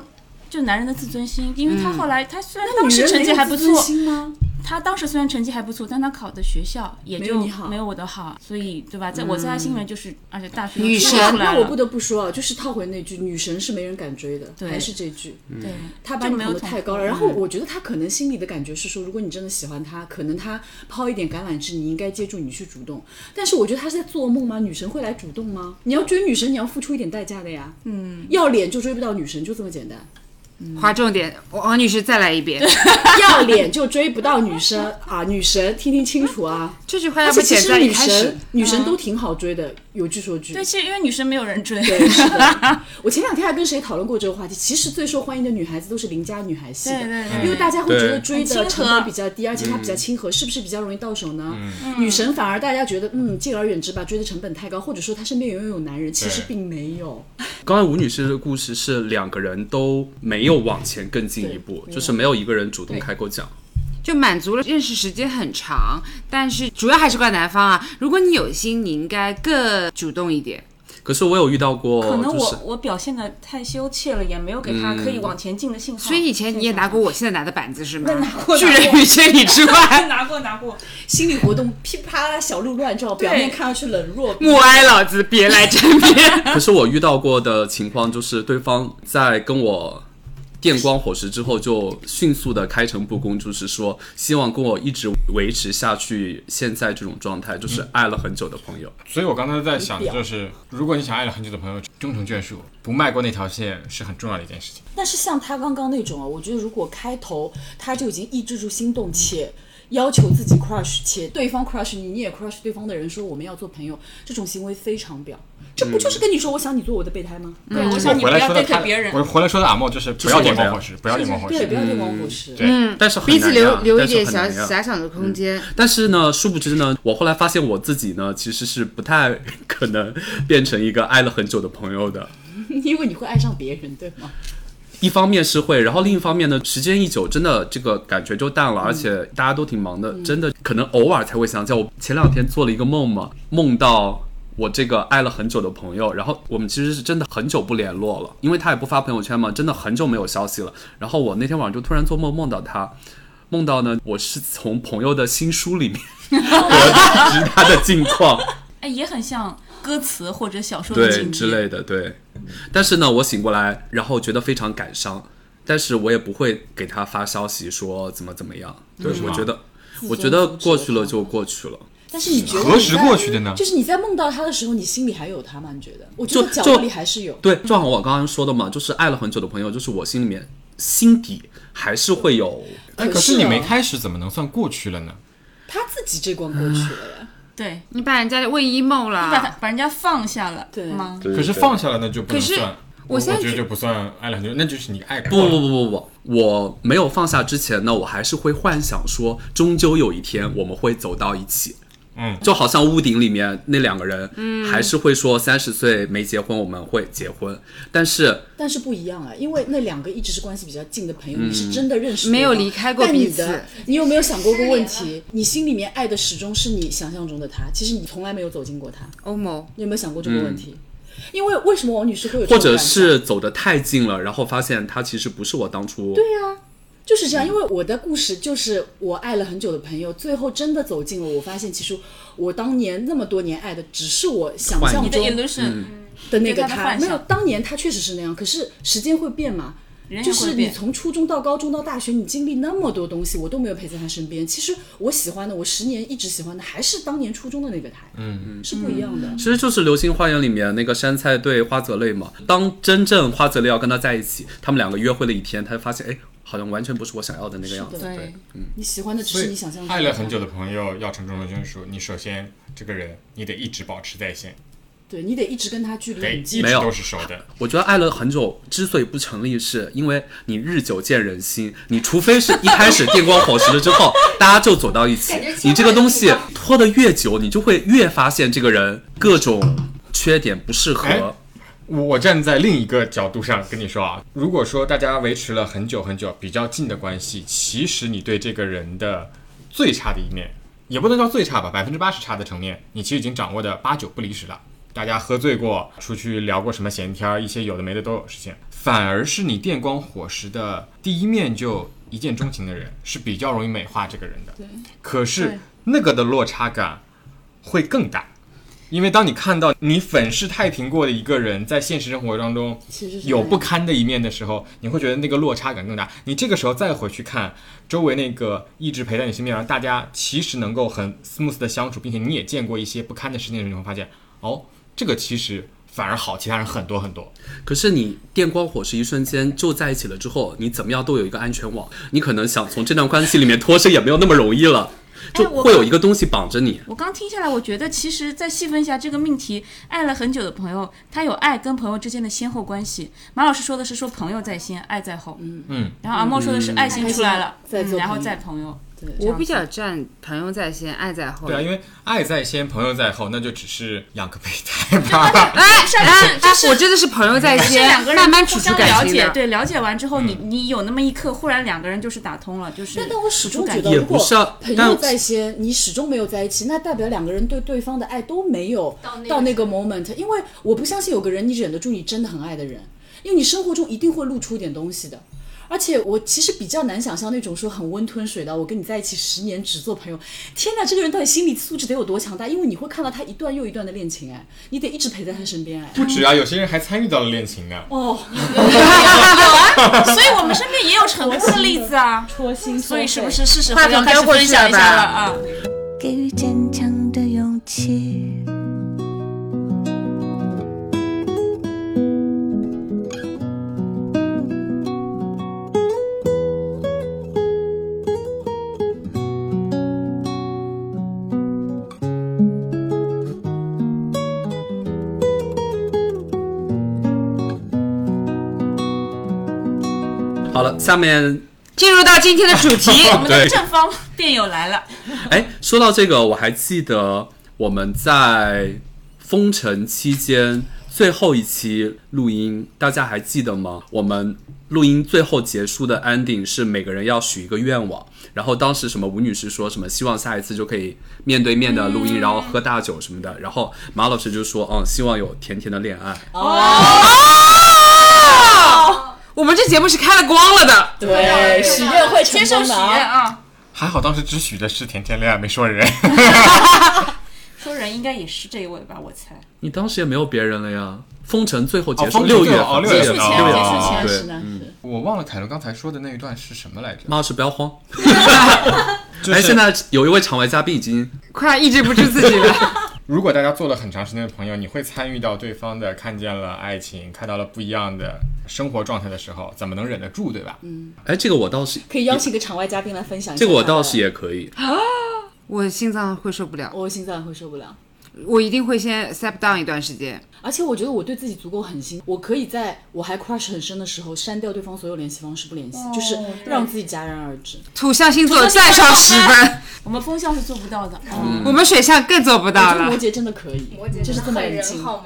就男人的自尊心，因
嗯
为他后来、他虽然
女
当时
人
成绩
没有
还不
自尊
错，
心吗？
他当时虽然成绩还不错，但他考的学校也
没
就
有你好
没有我的好，所以对吧？在我在他心里面就是，而且大学
嗯女
又
神
出来
那我不
了，
得不说啊，就是套回那句“女神是没人敢追的”，
对
还是这句，
对，
他把
就
你
没
捧
有
得
捅
太高了。然后我觉得他可能心里的感觉是说，如果你真的喜欢他，可能他抛一点橄榄枝，你应该接住，你去主动。但是我觉得他是在做梦吗？女神会来主动吗？你要追女神，你要付出一点代价的呀。嗯，要脸就追不到女神，就这么简单。
划重点，王女士再来一遍
要脸就追不到女生啊，女神听听清楚啊。
这句话，
而
要不
且其
剪在
实
一
女
开始
神。女神都挺好追的，有据说据。
对，其实因为女生没有人追，
对，是的。 我前两天还跟谁讨论过这个话题。其实最受欢迎的女孩子都是邻家女孩系的，
对对对
因为大家会觉得
对
追的
很亲
成
和嗯
本比较低，而且它比较亲和，是不是比较容易到手呢？女神反而大家觉得，嗯，敬而远之吧，追的成本太高，或者说她身边拥有男人，其实
对
并没有。
嗯
刚才吴女士的故事是两个人都没有往前更进一步，就是没有一个人主动开口讲。
就满足了认识时间很长，但是主要还是怪男方啊。如果你有心，你应该更主动一点。
可是我有遇到过，
可能
就
哦
我、
是
我表现的太羞怯了，也没有给他可以往前进的信号。
嗯所以以前你也拿过我现在拿的板子是吗？
过
拒人于千里之
拿
外，
拿过拿过，
心理活动噼啪啦，小鹿乱撞，表面看上去冷若冰
默哀老子别来沾边。
可是我遇到过的情况就是，对方在跟我电光火石之后，就迅速的开诚布公，就是说希望跟我一直维持下去现在这种状态，就是爱了很久的朋友。
所以我刚才在想，就是如果你想爱了很久的朋友，终成眷属，不迈过那条线是很重要的一件事情。
但是像他刚刚那种啊，我觉得如果开头他就已经抑制住心动且要求自己 crush，且对方 crush 你，你也 crush 对方的人说我们要做朋友，这种行为非常表。这不就是跟你说我想你做我的备胎吗？
对，我
我
想你
回
不
来
要
说的他
date 别人，
我回来说的阿莫就是不要电光火石，不要
对
电光火
对，不
石。
要电光火石。
嗯对，
嗯
但是很
彼此
难
留
呀
留一
但是
点
很
小
难呀
狭小的空间。
但是呢，殊不知呢，我后来发现我自己呢，其实是不太可能变成一个爱了很久的朋友的。
因为你会爱上别人，对吗？
一方面是会，然后另一方面呢，时间一久，真的这个感觉就淡了，而且大家都挺忙的，真的可能偶尔才会想起来。我前两天做了一个梦嘛，梦到。我这个爱了很久的朋友，然后我们其实是真的很久不联络了，因为他也不发朋友圈嘛，真的很久没有消息了。然后我那天晚上就突然做梦，梦到他，梦到呢，我是从朋友的新书里面 得知他的近况，
哎，也很像歌词或者小说的
对
情
之
节。
类的，对。但是呢，我醒过来，然后觉得非常感伤，但是我也不会给他发消息说怎么怎么样，对
是
我
吗
觉得，我
嗯自
觉
尊
得
心
过
折
去了
磨
就过去了。
但是你觉得
何时
你在
过去的呢
就是你在梦到他的时候，你心里还有他吗？你觉得？我觉
就
得角
就
落里还是有。
对，就好像我刚刚说的嘛，就是爱了很久的朋友，就是我心里面心底还是会有，
哎，可是你没开始，怎么能算过去了呢？
啊他自己这关过去了呀。
对，
你把人家的卫衣梦了，
把他把人家放下了，
啊对
吗？
可是放下了，那就不
可
能
是
算。
我
我
现在
觉得
觉
就不算爱了很久，那就是你爱过
不
了
不不不不，我没有放下之前呢，我还是会幻想说，终究有一天我们会走到一起。
嗯
就好像屋顶里面那两个人，
嗯
还是会说三十岁没结婚我们会结婚，但是
但是不一样啊，因为那两个一直是关系比较近的朋友，你是真的认识
嗯
对方，
没有离开过
但你
彼此
的你有没有想过个问题？你心里面爱的始终是你想象中的他，其实你从来没有走进过他。
欧某
你有没有想过
嗯
这个问题？因为为什么王女士会有这
或
种
者
感想
是走得太近了，然后发现他其实不是我当初
对呀、就是这样，因为我的故事就是我爱了很久的朋友，最后真的走进了，我发现其实我当年那么多年爱的，只是我想象
你的
中
illusion，
的
对
那个
他的
他。
幻
没
想
有，当年他确实是那样，可是时间会变嘛。
哎
人也
就
会
是你
变。
从初中到高中到大学，你经历那么多东西，我都没有陪在他身边。其实我喜欢的，我十年一直喜欢的，还是当年初中的那个他，嗯嗯，是不一样的。
其实就是《流星花园》里面那个杉菜对花泽类嘛。当真正花泽类要跟他在一起，他们两个约会了一天，他就发现，哎，好像完全不是我想要的那个样子。
是的
对，
你喜欢的只
所
是你
以
想象中的
爱了很久的朋友要郑重的宣说，你首先这个人你得一直保持在线，
对你得一直跟他距离
得
很
一
近
直。
没有
都是熟的。
我觉得爱了很久之所以不成立，是因为你日久见人心，你除非是一开始电光火石了之后，大家就走到一起，你这个东西拖得越久，你就会越发现这个人各种缺点不适合
哎。我站在另一个角度上跟你说啊，如果说大家维持了很久很久比较近的关系，其实你对这个人的最差的一面，也不能叫最差吧，百分之八十差的层面，你其实已经掌握的八九不离十了。大家喝醉过，出去聊过什么闲天儿，一些有的没的都有事情，反而是你电光火石的第一面就一见钟情的人，是比较容易美化这个人的。可是那个的落差感会更大。因为当你看到你粉饰太平过的一个人在现实生活当中
其实是
有不堪的一面的时候，你会觉得那个落差感更大。你这个时候再回去看周围那个一直陪在你身边，然后大家其实能够很 smooth 的相处，并且你也见过一些不堪的事情的人，你会发现哦，这个其实反而好其他人很多很多。
可是你电光火石一瞬间就在一起了之后，你怎么样都有一个安全网，你可能想从这段关系里面脱身也没有那么容易了，
哎
就
我
会有一个东西绑着你。
我刚听下来，我觉得其实再细分一下这个命题，爱了很久的朋友，他有爱跟朋友之间的先后关系。马老师说的是说朋友在先，爱在后。嗯
嗯。
然后阿莫说的是爱先出来了，
再做
嗯然后
朋友
再朋友。
我比较占朋友在先，爱在后。
对啊，因为爱在先，朋友在后，那就只是养个备胎吧。
哎哎哎，我真的是朋友在
这
先
两个，人
慢慢
互
处出
相了
感情
解，
的。
对，了解完之后，你你有那么一刻，忽然两个人就是打通了，就是。
嗯但 但我始终觉得，
也
如果
不是啊
朋友
但
在先，你始终没有在一起，那代表两个人对对方的爱都没有到那个 moment。因为我不相信有个人你忍得住你真的很爱的人，因为你生活中一定会露出一点东西的。而且我其实比较难想象那种说很温吞水的，我跟你在一起十年只做朋友，天哪，这个人到底心理素质得有多强大？因为你会看到他一段又一段的恋情，哎，你得一直陪在他身边，哎。
不止啊，有些人还参与到了恋情啊呢。
哦，
所以我们身边也有成功的例子 啊。
戳心，
所以是不
是？
是是时
话
候
筒
要开
丢
始
过
分
去
享一
了
下
吧
了啊？
给予坚强的勇气。
好了，下面
进入到今天的主 题，
我们的正方辩友来了，
哎，说到这个，我还记得我们在封城期间最后一期录音，大家还记得吗？我们录音最后结束的 ending 是每个人要许一个愿望，然后当时什么吴女士说什么希望下一次就可以面对面的录音，然后喝大酒什么的，然后马老师就说，嗯，希望有甜甜的恋爱。
我们这节目是开了光了的，
对，许愿会成功的啊！
啊。
还好当时只许的是甜甜恋爱，没说人。
说人应该也是这一位吧，我猜。
你当时也没有别人了呀。封城最后结
哦
束
封城
六
最
月
后哦
份，
六
月
月
结
份
束
份
前，
哦
结
哦
束前
对嗯
是的，是
我忘了凯伦刚才说的那一段是什么来着？
马老师不要慌，
就
哎，
是
现在有一位场外嘉宾已经
快抑制不住自己了。
如果大家做了很长时间的朋友，你会参与到对方的看见了爱情，看到了不一样的生活状态的时候，怎么能忍得住，对吧？
哎，这个我倒是，
可以邀请一个场外嘉宾来分享一下。
这个我倒是，也可以。
我心脏会受不了，
我心脏会受不了。
我一定会先 step down 一段时间。
而且我觉得我对自己足够狠心，我可以在我还 crush 很深的时候，删掉对方所有联系方式，不联系，就是让自己戛然而止。
土象星座再上十分，
我们风象是做不到的，
我们水象更做不
我
到
觉得摩
了。
羯真的可以，就是这么冷静。
吗？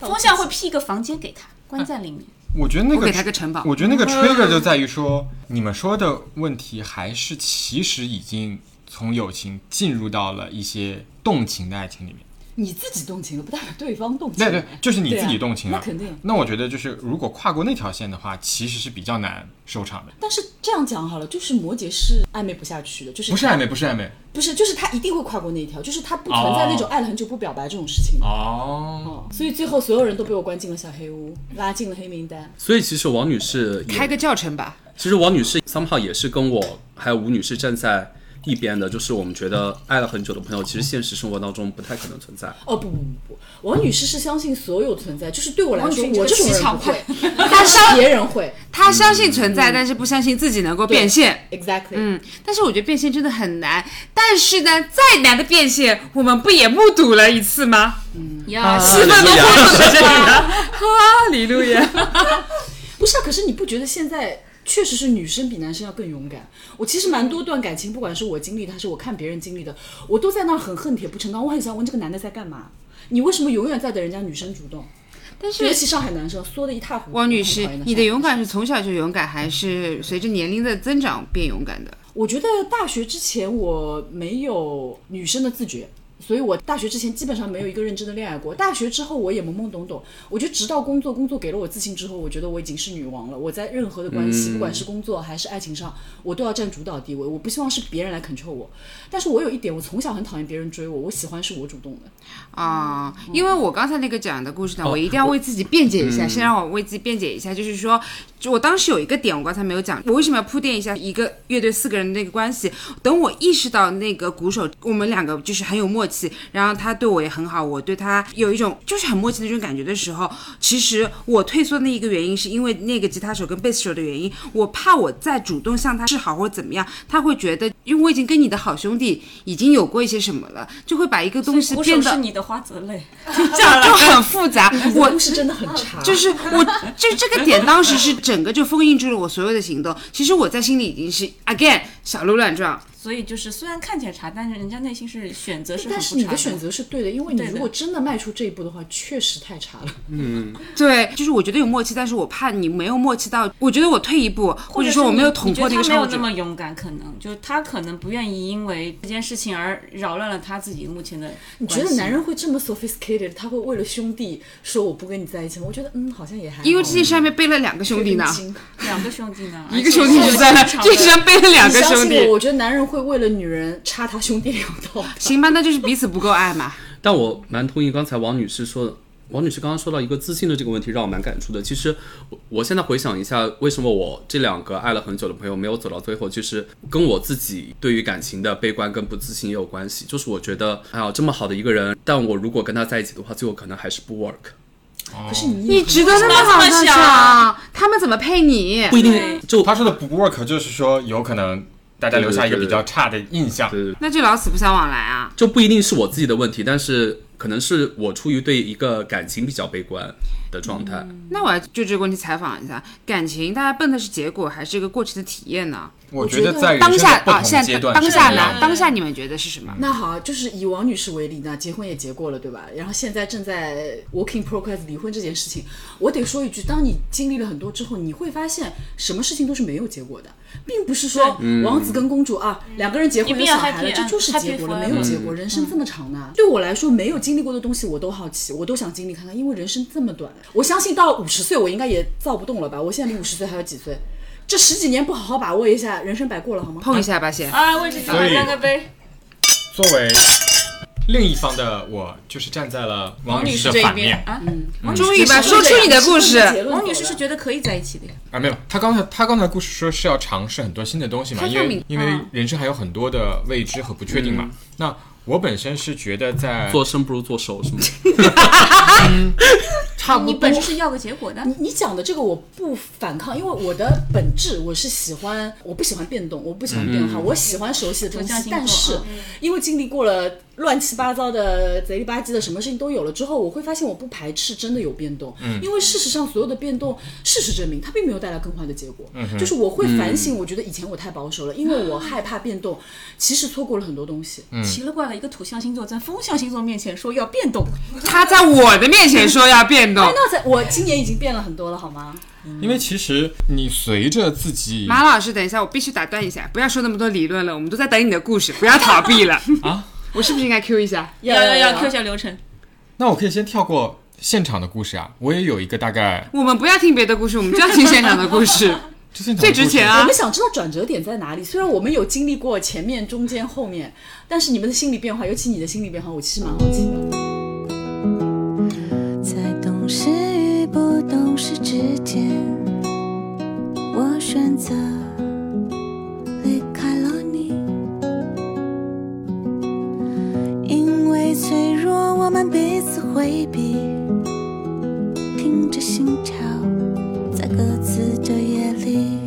风象会辟一个房间给他，关在里面。
我觉得那个
我给他个城堡
我觉得那个 trigger 就在于说，你们说的问题还是其实已经从友情进入到了一些动情的爱情里面。
你自己动情了，不代表对方动情
对
了。
对，就是你自
对
己
啊
动情了。
那肯定。
那我觉得就是，如果跨过那条线的话，其实是比较难收场的。
但是这样讲好了，就是摩羯是暧昧不下去的，就是
不是啊暧昧，不是暧昧。
不是，就是他一定会跨过那一条，就是他不存在那种爱了很久不表白这种事情的。
哦，
哦，所以最后所有人都被我关进了小黑屋，拉进了黑名单。
所以其实王女士也
开个教程吧，
其实王女士 somehow 也是跟我还有吴女士站在一边的，就是我们觉得爱了很久的朋友，其实现实生活当中不太可能存在。
哦不不不不，王女士是相信所有存在，就是对我来
王女
说，
士这个
我这种
气
人
场
不会， 但是别 人会。
他相信存在，但是不相信自己能够变现。
Exactly，、
嗯， 但是我觉得变现真的很难。但是呢，再难的变现，我们不也目睹了一次吗？啊
呀，
气氛都目睹了这个。哈利路亚！
不是啊，可是你不觉得现在确实是女生比男生要更勇敢？我其实蛮多段感情，不管是我经历的还是我看别人经历的，我都在那儿很恨铁不成钢。我很想问这个男的在干嘛？你为什么永远在等人家女生主动？
但
尤
是
其上海男生缩的一塌糊涂。
王女
我很
士
讨厌，
你的
上海
勇
男生
敢是从小就勇敢，还是随着年龄的增长变勇敢的？
我觉得大学之前我没有女生的自觉，所以我大学之前基本上没有一个认真的恋爱过。大学之后我也懵懵懂懂，我觉得直到工作，工作给了我自信之后，我觉得我已经是女王了。我在任何的关系，不管是工作还是爱情上，我都要占主导地位。我不希望是别人来 control 我。但是我有一点，我从小很讨厌别人追我，我喜欢是我主动的。
啊、因为我刚才那个讲的故事呢，我一定要为自己辩解一下。先让我为自己辩解一下，就是说，就我当时有一个点，我刚才没有讲，我为什么要铺垫一下一个乐队四个人的那个关系？等我意识到那个鼓手，我们两个就是很有默契，然后他对我也很好，我对他有一种就是很默契的那种感觉的时候，其实我退缩的一个原因是因为那个吉他手跟贝斯手的原因，我怕我再主动向他示好或者怎么样，他会觉得，因为我已经跟你的好兄弟已经有过一些什么了，就会把一个东西
鼓
变
手
得
是你的花泽类，
就很复杂。我
故事真的很 差，
就是我，就这个点，当时是整个就封印住了我所有的行动。其实我在心里已经是 again 小鹿乱撞，
所以就是虽然看起来差，但是人家内心是选择是很
但
不
是
差
你的选择是对的，因为你
对的
如果真的迈出这一步的话，确实太差了。
对，就是我觉得有默契，但是我怕你没有默契到，我觉得我退一步，或者
是
说我
你
没有捅破
你
那个
觉得他没
窗
有
户
那。么勇敢，可能就是他可能不愿意因为这件事情而扰乱了他自己目前的关系。
你觉得男人会这么 sophisticated？他会为了兄弟说我不跟你在一起吗？我觉得嗯，好像也还好
因为这件事还没背了两个兄弟呢，
两个兄弟呢？
一个兄弟
而且
就是在
有
那，
正常
这身上背了两
你
个
相
兄
信我，
弟。
我觉得男人会为了女人插他兄弟两
哦
刀。
行吧，那就是彼此不够爱嘛。
但我蛮同意刚才王女士说的。王女士刚刚说到一个自信的这个问题，让我蛮感触的。其实我我现在回想一下，为什么我这两个爱了很久的朋友没有走到最后，就是跟我自己对于感情的悲观跟不自信也有关系。就是我觉得，哎呀，这么好的一个人，但我如果跟他在一起的话，最后可能还是不 work。
可是你
你值得那
么
好
好
的想
的想，
他们怎么配你
不？一定就
他说的不 work 就是说有可能大家留下一个比较差的印象。
对对对
那就老死不相往来啊！
就不一定是我自己的问题，但是可能是我出于对一个感情比较悲观，的状态。
嗯
那我要就这个问题采访一下，感情大家奔的是结果，还是一个过程的体验呢？
我
觉
觉得
得
在
当
人生
下
的不
啊，
同
现
阶
在
段，
当下呢？
对
当下你们觉得是什么？
那好，就是以王女士为例呢，结婚也结过了，对吧？然后现在正在 working progress 离婚这件事情，我得说一句，当你经历了很多之后，你会发现什么事情都是没有结果的，并不是说
嗯
王子跟公主啊、两个人结婚有
一定要
小孩了，
happy
这就是
啊
结果
happy
了，
forever
没有
嗯
结果。人生这么长呢，对我来说，没有经历过的东西我都好奇，我都想经历看看，因为人生这么短，我相信到五十岁我应该也造不动了吧？我现在离五十岁还有几岁？这十几年不好好把握一下，人生白过了好吗？
碰一下吧，先。
啊，为这几
所以
干个杯。
作为另一方的我，就是站在了王女士的反面
啊，
终于
嗯
吧，说出你的故事。
王女士是觉得可以在一起的呀。
啊，没有。她刚才她刚才的故事说是要尝试很多新的东西嘛，
开放
因为
敏
因为人生还有很多的未知和不确定嘛。
嗯
那我本身是觉得在
做生不如做熟，是吗？
差嗯不
你
多
本身是要个结果的，
你你讲的这个我不反抗，因为我的本质我是喜欢，我不喜欢变动，我不喜欢变化，我喜欢熟悉的东
土
西
象。星座
但是
啊
因为经历过了乱七八糟的、贼里吧唧的什么事情都有了之后，我会发现我不排斥真的有变动，因为事实上所有的变动，事实证明它并没有带来更坏的结果。就是我会反省，我觉得以前我太保守了，因为我害怕变动，其实错过了很多东西。
嗯
奇了怪了，一个土象星座在风象星座面前说要变动，
他在我的面前说要变动
哎，，那在我今年已经变了很多了，好吗？
因为其实你随着自 己
马老师，等一下，我必须打断一下，不要说那么多理论了，我们都在等你的故事，不要逃避了
啊！
我是不是应该 Q 一下？
要要要 Q 一下流程。
那我可以先跳过现场的故事啊，我也有一个大概，
我们不要听别的故事，我们就要听现场的故事，
这
最
现场的故事
值钱啊
我！们想知道转折点在哪里。虽然我们有经历过前面、中间、后面，但是你们的心理变化，尤其你的心理变化，我其实蛮好奇的。
在懂事与不懂事之间，我选择离开了你，因为脆弱，我们彼此回避，听着心跳，在各自的夜里。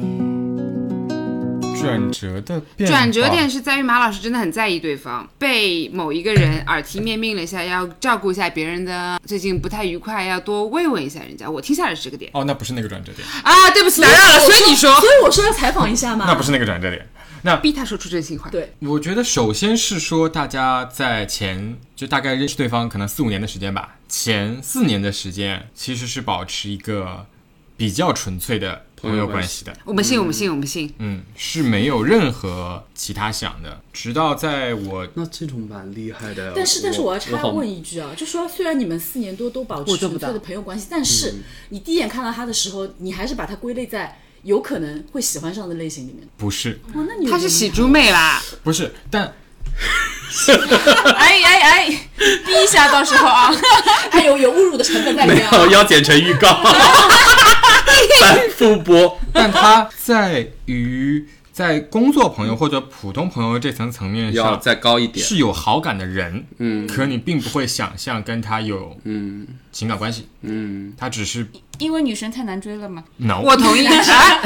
转折的变化
转折点是在于马老师真的很在意对方，被某一个人耳提面命了一下，要照顾一下别人的最近不太愉快，要多慰问一下人家。我听下来是这个点
哦，那不是那个转折点，
啊，对不起，打扰了，所以你说
所以我说要采访一下嘛。
那不是那个转折点。那
逼他说出真心话，
对
我觉得首先是说，大家在前就大概认识对方可能四五年的时间吧，前四年的时间其实是保持一个比较纯粹的朋友关系的，
我们信，我们信，我们信。
嗯，是没有任何其他想的。直到在我
那这种蛮厉害的。
但是，但是我要插
好
问一句啊，就说虽然你们四年多都保持
我做
纯
不到
粹的朋友关系，但是你第一眼看到他的时候，你还是把他归类在有可能会喜欢上的类型里面。
不是
哇，那你
她是喜猪妹啦，
不是，但
哎哎哎，逼一下，到时候啊，
还哎有有侮辱的成分在里
没
面啊。
有 要剪成预告， 反复播。
但他在于在工作朋友或者普通朋友这层层面
要
上
再高一点，
是有好感的人，嗯，可你并不会想象跟他有嗯情感关系，嗯，他只是
因为女神太难追了嘛，
no，
我 同意。啊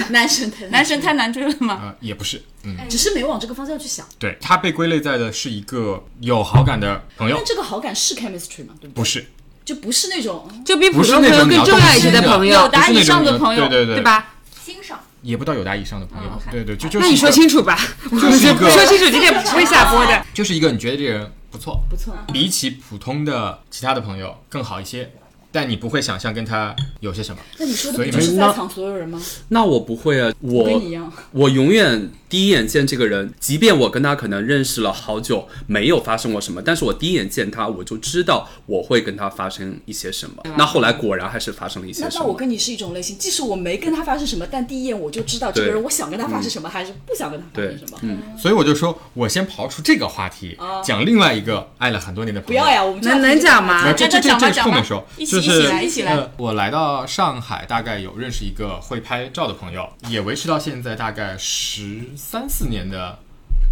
男生的，
男神太难追了嘛。
呃也不是，嗯，
只是没往这个方向去想。
对他被归类在的是一个有好感的朋友
哎
但，这个好感是 chemistry 嘛，对不对？
不是
就不是那种嗯
就比普通朋友更重要一些的朋
有
友，
答以上
不是那
的
种
朋友，
对对对
对？吧？哦
欣赏。
也不到有达以上的朋友
嗯，，OK
对对，就就
那
是
你
一
说
个
清楚 吧，我们
是一个
说清楚，这点不会下播 的。
就是一个你觉得这个人不错，
不错。
比起普通的其他的朋友更好一些，但你不会想象跟他有些什么。
那你说的
所以
不就是
没
在
那
场所有人吗？
那我不会啊，
跟
我
你一样
我永远第一眼见这个人，即便我跟他可能认识了好久，没有发生过什么，但是我第一眼见他，我就知道我会跟他发生一些什么。那后来果然还是发生了一
啊那
些什
那我
么。
跟你是一种类型，即使我没跟他发生什么，但第一眼我就知道这个
对
人，我想跟他发生什么，还是不想跟他发生
对
什么，。
嗯，
所以我就说，我先刨出这个话题，
哦
讲另外一个爱了很多年的朋
不
友。
要呀，我们就要
能能讲
没有
吗？
这这
啊那讲
这
吧
这是后面
讲
说
吧，一起
就
一
是
起来一起来
呃我来到上海，大概有认识一个会拍照的朋友，也维持到现在大概十三四年的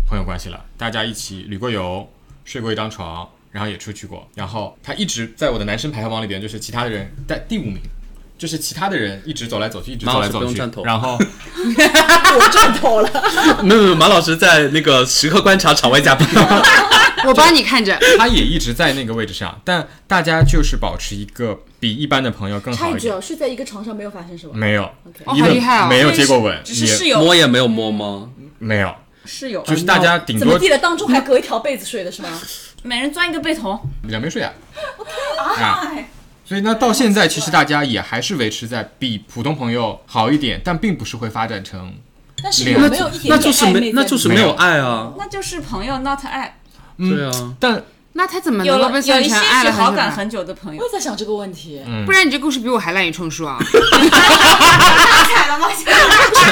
朋友关系了。大家一起旅过游，睡过一张床，然后也出去过。然后他一直在我的男生排行榜里边，就是其他的人在第五名，就是其他的人一直走来走去，一直
马
走
老
来
师不
走
用
去
站头，
然后
我赚头了。
没有没有，马老师在那个时刻观察场外嘉宾。
我帮你看着。
他也一直在那个位置上，但大家就是保持一个比一般的朋友更
插
好一
一句
点
啊，。是在一个床上没有发生什么。
没有，
哦
一
好
个
厉害哦
没有
但是
接过吻，
只是室
也
友
摸也没有摸吗？
没有，
室友
就是大家顶
怎么
多
地了？当中还隔一条被子睡的是吗？
每人钻一个被筒，
两边睡 啊。啊，所以呢，到现在其实大家也还是维持在比普通朋友好一点，但并不是会发展成
但是有没有一点点
那就是
暧昧在里
没，
面？
那就是没有爱啊。
那就是朋友 not 爱，
对啊，
但
那他怎么
有
能够
了
被
有
算
一些
成爱
许
了
好感
很久
很久的朋
我
友，
也在想这个问题。
呢？不然你这故事比我还滥竽充数 啊！
踩了吗？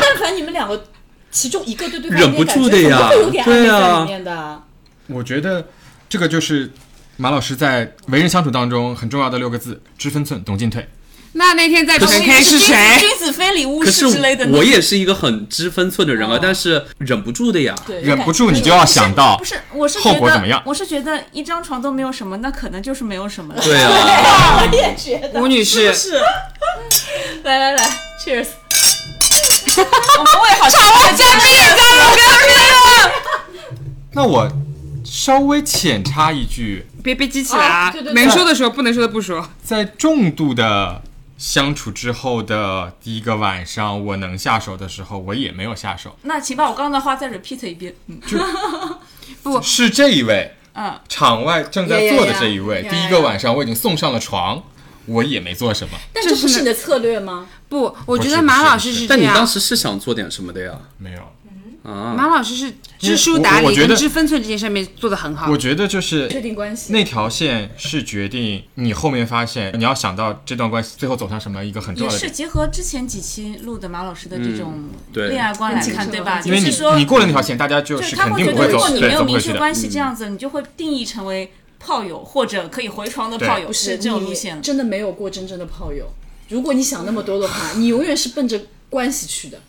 但凡你们两个其中一个对对方有点
忍不住的
感觉
呀
总会有点暧昧
对呀
在里面的。
我觉得这个就是马老师在为人相处当中很重要的六个字：知分寸，懂进退。
那那天在陈 K 是
君
谁？
君子非礼勿
可
视
是
之类的。
我也是一个很知分寸的人啊，但是忍不住的呀。
对，
忍不住你就要想到
不是，我是
后
觉
果怎么
得
样，
我是觉得一张床都没有什么，那可能就是没有什么了。
对啊，
我也觉得。
吴女士，
是， 来来来，Cheers！
我们也好像
我嘉宾也加入歌了，
那我稍微浅插一句，
别别激起来啊
哦
啊对对！对
能说的说，不能说的不说。
在重度的相处之后的第一个晚上，我能下手的时候，我也没有下手。
那请把我刚刚的话再 repeat 一遍。嗯
是这一位，
嗯，
场外正在坐的这一位，
呀呀呀
第一个晚上我已经送上了床，我也没做什么，
但这不是你的策略吗？
不，我觉
不
得
是
马
不是
老
不
师
是
是这
但你当
样，
时是想做点什么的呀？
没有。
马老师是知书
我
达
我
理
觉
跟
得
知分寸这件事面做的很好
我。觉得就是
确定关系
那条线是决定你后面发现你要想到这段关系最后走向什么一个很重
也
要的
是
点，嗯
结合之前几期录的马老师的这种
对
恋爱观来看，对吧？
因
就
为
是
你
嗯说
你，过了那条线，大家就
就是是他
肯
会
定
觉
不
得，如
走
果你没
对
有
走不
明
回去
确
的。嗯
关系这样子，你就会定义成为炮友或者可以回床的炮友，
不
是
是
这种路线
你。真的没有过真正的炮友。如果你想那么多的话，你永远是奔着关系去的。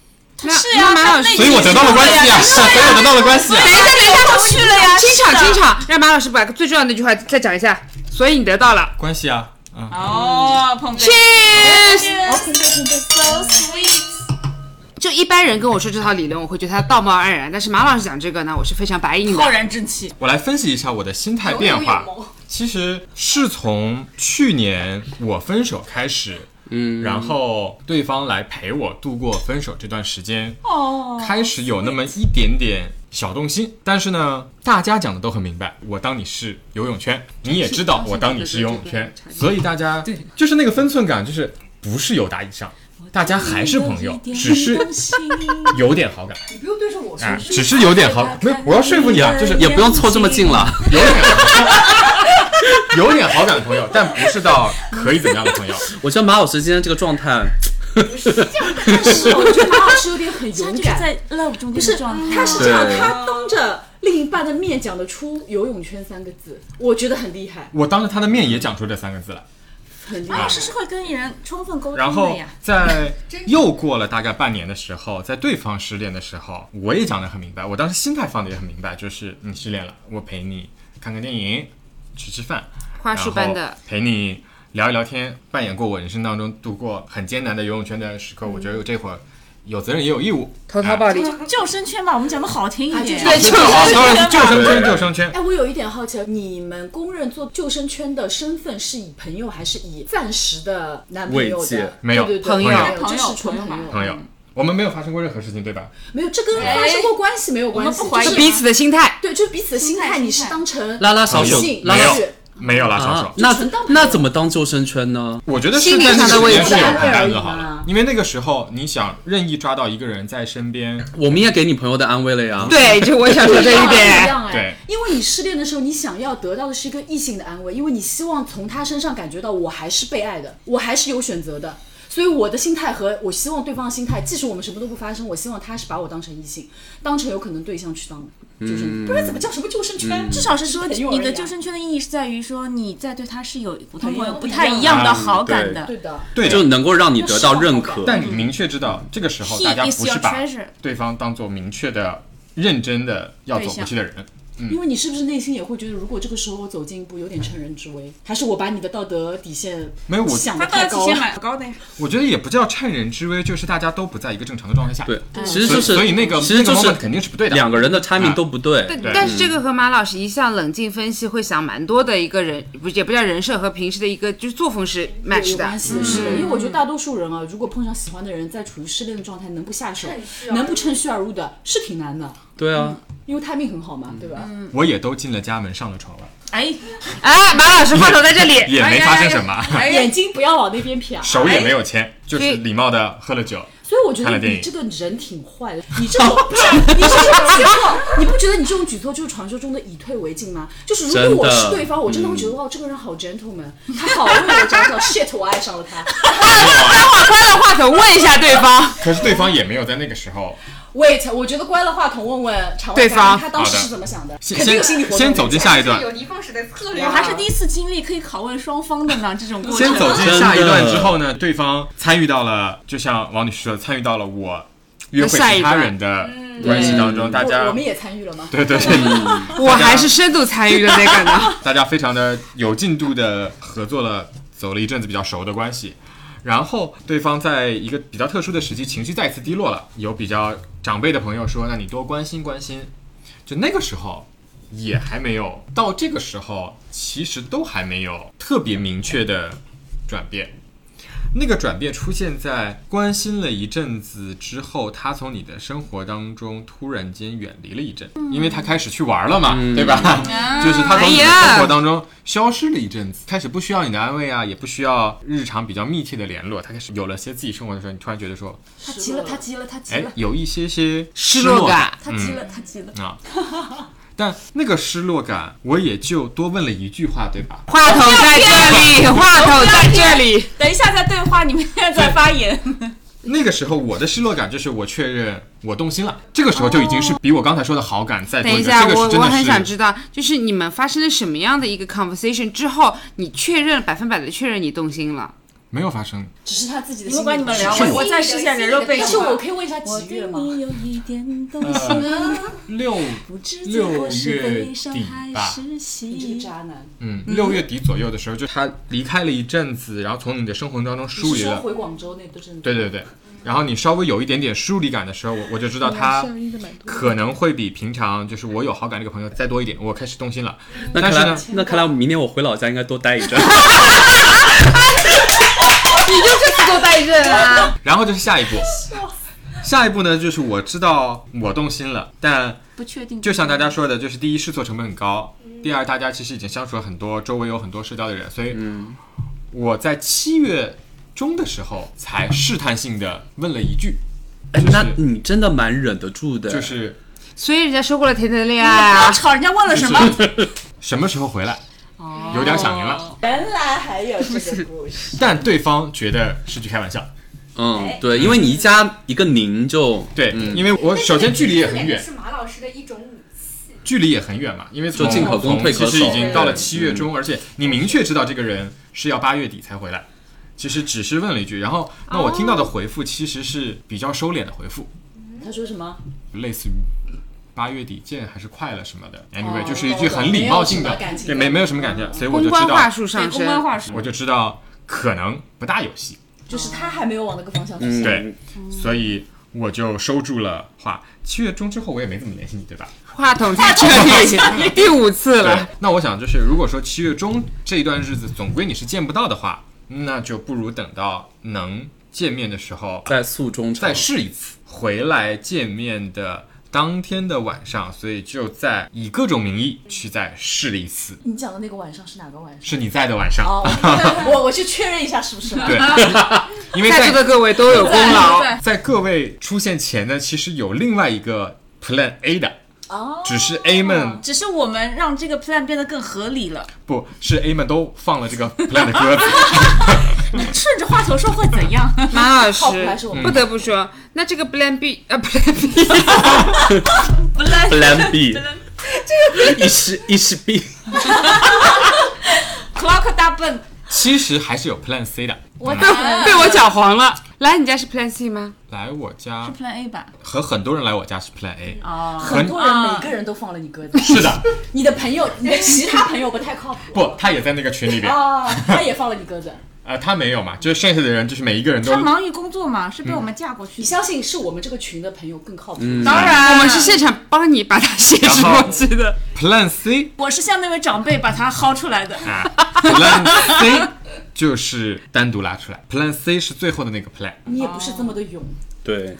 那
是啊呀
那马老
他
师，
内
所以我得到了关系啊，是啊，所以我得到了关系啊。
等一下，等一下，
去了呀
清
是
场
啊的
清场，让马老师把最重要的那句话再讲一下。所以你得到了
关系啊，啊，
哦，碰杯。
，cheers。
So sweet。
就一般人跟我说这套理论，我会觉得他道貌岸然，但是马老师讲这个呢，我是非常白硬
浩
的。
然正气，
我来分析一下我的心态变化。其实是从去年我分手开始，嗯，然后对方来陪我度过分手这段时间，哦，开始有那么一点点小动心。但是呢，大家讲的都很明白，我当你是游泳圈，你也知道我当你是游泳圈，所以大家就是那个分寸感，就是不是友达以上。大家还是朋友，只是有点好感，
你不用对着我
啊，只是有点好感。没有，我要说服你啊，就是
也不用凑这么近了，
有点有点好感的朋友，但不是到可以怎么样的朋友。
我觉得马老师今天这个状态，
是我觉得马老师有点 很
他
勇
就是
敢，
在 love 中
不
间
是
的状态。
他是这样
对，
他当着另一半的面讲得出“游泳圈”三个字，我觉得很厉害，
我当着他的面也讲出这三个字来，
很厉
马
害
啊
老。师是会跟人充分沟
然
通的
后
啊
呀。
在又过了大概半年的时候，在对方失恋的时候，我也讲得很明白，我当时心态放得也很明白，就是你失恋了，我陪你看看电影，吃吃饭，
花束般的
然后陪你聊一聊天，扮演过我人生当中度过很艰难的游泳圈的时刻，我觉得我这会儿有责任也有义务。哎
投桃报李，
救生圈吧，我们讲的好听一点。
对
救当然是救生圈，救生圈。
哎，我有一点好奇，你们公认做救生圈的身份是以朋友还是以暂时的男朋友
慰藉
的？
没有
对对对
朋友
没有
朋友
就是纯朋友，
朋友，我们没有发生过任何事情，对吧？
没有这跟发生过关系没有关系，
我们不怀疑
就是
彼此的心态。
对，就是彼此的心态，
心态
你是当成
拉拉小
女
手
性，
拉
没
拉
有
是
没有拉小手。
啊，那
纯当朋友
那怎么当救生圈呢？
我觉得是
心理
在那
上
个
的
时
慰
间
藉
是有
而
很大
已
的好
嘛
了，因为那个时候你想任意抓到一个人在身边，
我们也给你朋友的安慰了呀。
对，就我想说这一
不一
点。
样哎
对，
因为你失恋的时候，你想要得到的是一个异性的安慰，因为你希望从他身上感觉到我还是被爱的，我还是有选择的。所以我的心态和我希望对方的心态，即使我们什么都不发生，我希望他是把我当成异性，当成有可能对象去当的，
嗯
就是、不然怎么叫什么救生圈？
至少是说，
朋友而已
你
啊
的救生圈的意义是在于说，你在对他是有普通朋友不
朋友
太一样的好感
对
的。
的，
对
就
的。
能够让你得到认可。
但你明确知道，这个时候
He
大家
is
不
your
是把
treasure
对方当做明确的、认真的要走过去的人，
因为你是不是内心也会觉得，如果这个时候我走进一步，有点乘人之危，还是我把你的道德底线
没有我
想的
他到
太
底
高
先
了？
蛮高的呀，
我觉得也不叫趁人之危，就是大家都不在一个正常的状态下。
对，其实就是
所以所以那个
其实就
那个
是
moment 肯定是不对的
两个人的 timing 都不对。
但
对
但是这个和马老师一向冷静分析会想蛮多的一个人，不也不叫人设和平时的一个就是作风是
对
match
有
的
关。系的，是的，因为我觉得大多数人啊，如果碰上喜欢的人，在处于失恋的状态，能不下手，能不趁虚而入的，是挺难的，
对啊，
因为他命很好嘛，对吧？
我也都进了家门，上了床了，
哎，
哎，马老师话筒在这里，
也没发生什么，
哎呀
眼睛不要往那边瞥啊。
手也没有牵，就是礼貌的喝了酒。
所以我觉
看了
得
电
你
影
这个人挺坏的，你这种不是你是这种举措，你不觉得你这种举措就是传说中的以退为进吗？就是如果我
真
是
的
对方，我真的会觉得哦哇，这个人好 gentleman，他好为我着想，shit，我爱上了他。
我关了话筒问一下对 方，
可是对方也没有在那个时候，
Wait，我觉 得关了话筒问问常
对方
他当时
好的
是怎么想的？
先
肯定有心理活
先
动。
先走进下一段，
有的放矢的策略
我。还是第一次经历可以拷问双方的呢，这种过程。
先走进下一段之后呢，对方参与到了，就像王女士说，参与到了我约会其他人的关系当中，大
我
家
我们也参与了吗？
嗯对对对，
我还是深度参与的那个呢。
大家非常的有进度的合作了，走了一阵子比较熟的关系。然后对方在一个比较特殊的时期，情绪再次低落了，有比较长辈的朋友说：“那你多关心关心。”就那个时候也还没有，到这个时候其实都还没有特别明确的转变。那个转变出现在关心了一阵子之后，他从你的生活当中突然间远离了一阵，
嗯
因为他开始去玩了嘛，对吧？就是他
哎
从你的生活当中消失了一阵子，开始不需要你的安慰啊，也不需要日常比较密切的联络，他开始有了些自己生活的时候，你突然觉得说，
他急了，他急了，他急
哎
了，，
有一些些
失
落
落感，
他急了，他急了。
啊。但那个失落感，我也就多问了一句话，对吧？
话筒在这里，话筒在这里。
等一下再对话，你们现在在发 言。
那个时候我的失落感就是我确认我动心了，这个时候就已经是比我刚才说的好感再多
等一
个，
下，
这个
我
是真
我很想
的是。
知道，就是你们发生了什么样的一个 conversation 之后，你确认百分百的确认你动心了？
没有发生，
只是他自己的
你们
心
管你
理
们
指
聊，
数。
我我再试一下人肉背
但是
景吧。
我可以问一下几呃月吗？
有一点动
六六月底吧，
你这个渣男，
嗯，六月底左右的时候，就他离开了一阵子，然后从你的生活当中
你
疏
是
离
说
了，
回广州那段阵子？
对对对，然后你稍微有一点点疏离感的时候，我我就知道他可能会比平常就是我有好感这个朋友再多一点，我开始动心了。
那
但
看
是
来
呢，
那看来我明年我回老家应该多待一 阵。
然后就是下一步，下一步呢就是我知道我动心了，但
不确定。嗯
就像大家说的，就是第一试错成本很高，第二大家其实已经相处了很多，周围有很多社交的人，所以我在七月中的时候才试探性的问了一句，
哎
就，是
那你真的蛮忍得住的，
就是
所以人家说过了甜甜的恋爱
不要
啊，
吵，人家问了什 么？哦
什么时候回来，有点想您了，
原来还有这个故 事。
但对方觉得是句开玩笑，
嗯，对，因为你一加一个您就嗯
对，因为我首先距离也很远，
是马老师的一种武器。
距离也很远嘛，因为从
就进可攻
从
退可守
其实已经到了七
嗯
月中，而且你明确知道这个人是要八月底才回来，其实只是问了一句，然后那我听到的回复其实是比较收敛的回复，
他说什么？
类似于。八月底见还是快了什么的，anyway，
哦
就是一句很礼貌性
没有什
的
么感，情
对，没没有什么感情，所以我就
公
知
关话
道，
术
对
上
公关
升。
话术。
我就知道可能不大有戏，
就是他还没有往那个方向去
嗯
想。
对，所以我就收住了话。七月中之后我也没怎么联系你，对吧？
话筒在这里，第五次
对
了。，
那我想就是，如果说七月中这一段日子总归你是见不到的话，那就不如等到能见面的时候
在诉衷肠
再。试一次。回来见面的当天的晚上，所以就在以各种名义去再试了一次，
你讲的那个晚上是哪个晚上？
是你在的晚上，
哦，我我我去确认一下是不是。
对，因为
在座
在
的各位都有功劳。
在各位出现前呢，其实有另外一个 Plan A 的，
哦，
只是 A 们
只是我们让这个 plan 变得更合理了。
不是 A 们都放了这个 Plan 的歌，
顺着话头说会怎样？
马老师
靠谱还是我，们
不得不说，那这个 Plan B 啊，Plan B，
Plan B，一是一是 B，
Clock 大笨，
其实还是有 Plan C 的。
我
被 被我搅黄了。来，你家是 Plan C 吗？
来我家
是 Plan A 吧？
和很多人来我家是 Plan A，、
哦，
很
很啊多人每个人都放了你鸽子，
是的，
你的 朋友，你的其他朋友不太靠谱
不，他也在那个群里边，
哦
啊，他也放了你鸽子。
呃，他没有嘛，就是剩下的人就是每一个人都
他忙于工作嘛，是被我们嫁过去
你
的。
相信是我们这个群的朋友更靠谱？
当然，
我们是现场帮你把它写出
然
过
后
去的。
Plan C
我是向那位长辈把他薅出来的。
啊，Plan C 就是单独拉出来，Plan C 是最后的那个 Plan。
你也不是这么的勇，
对，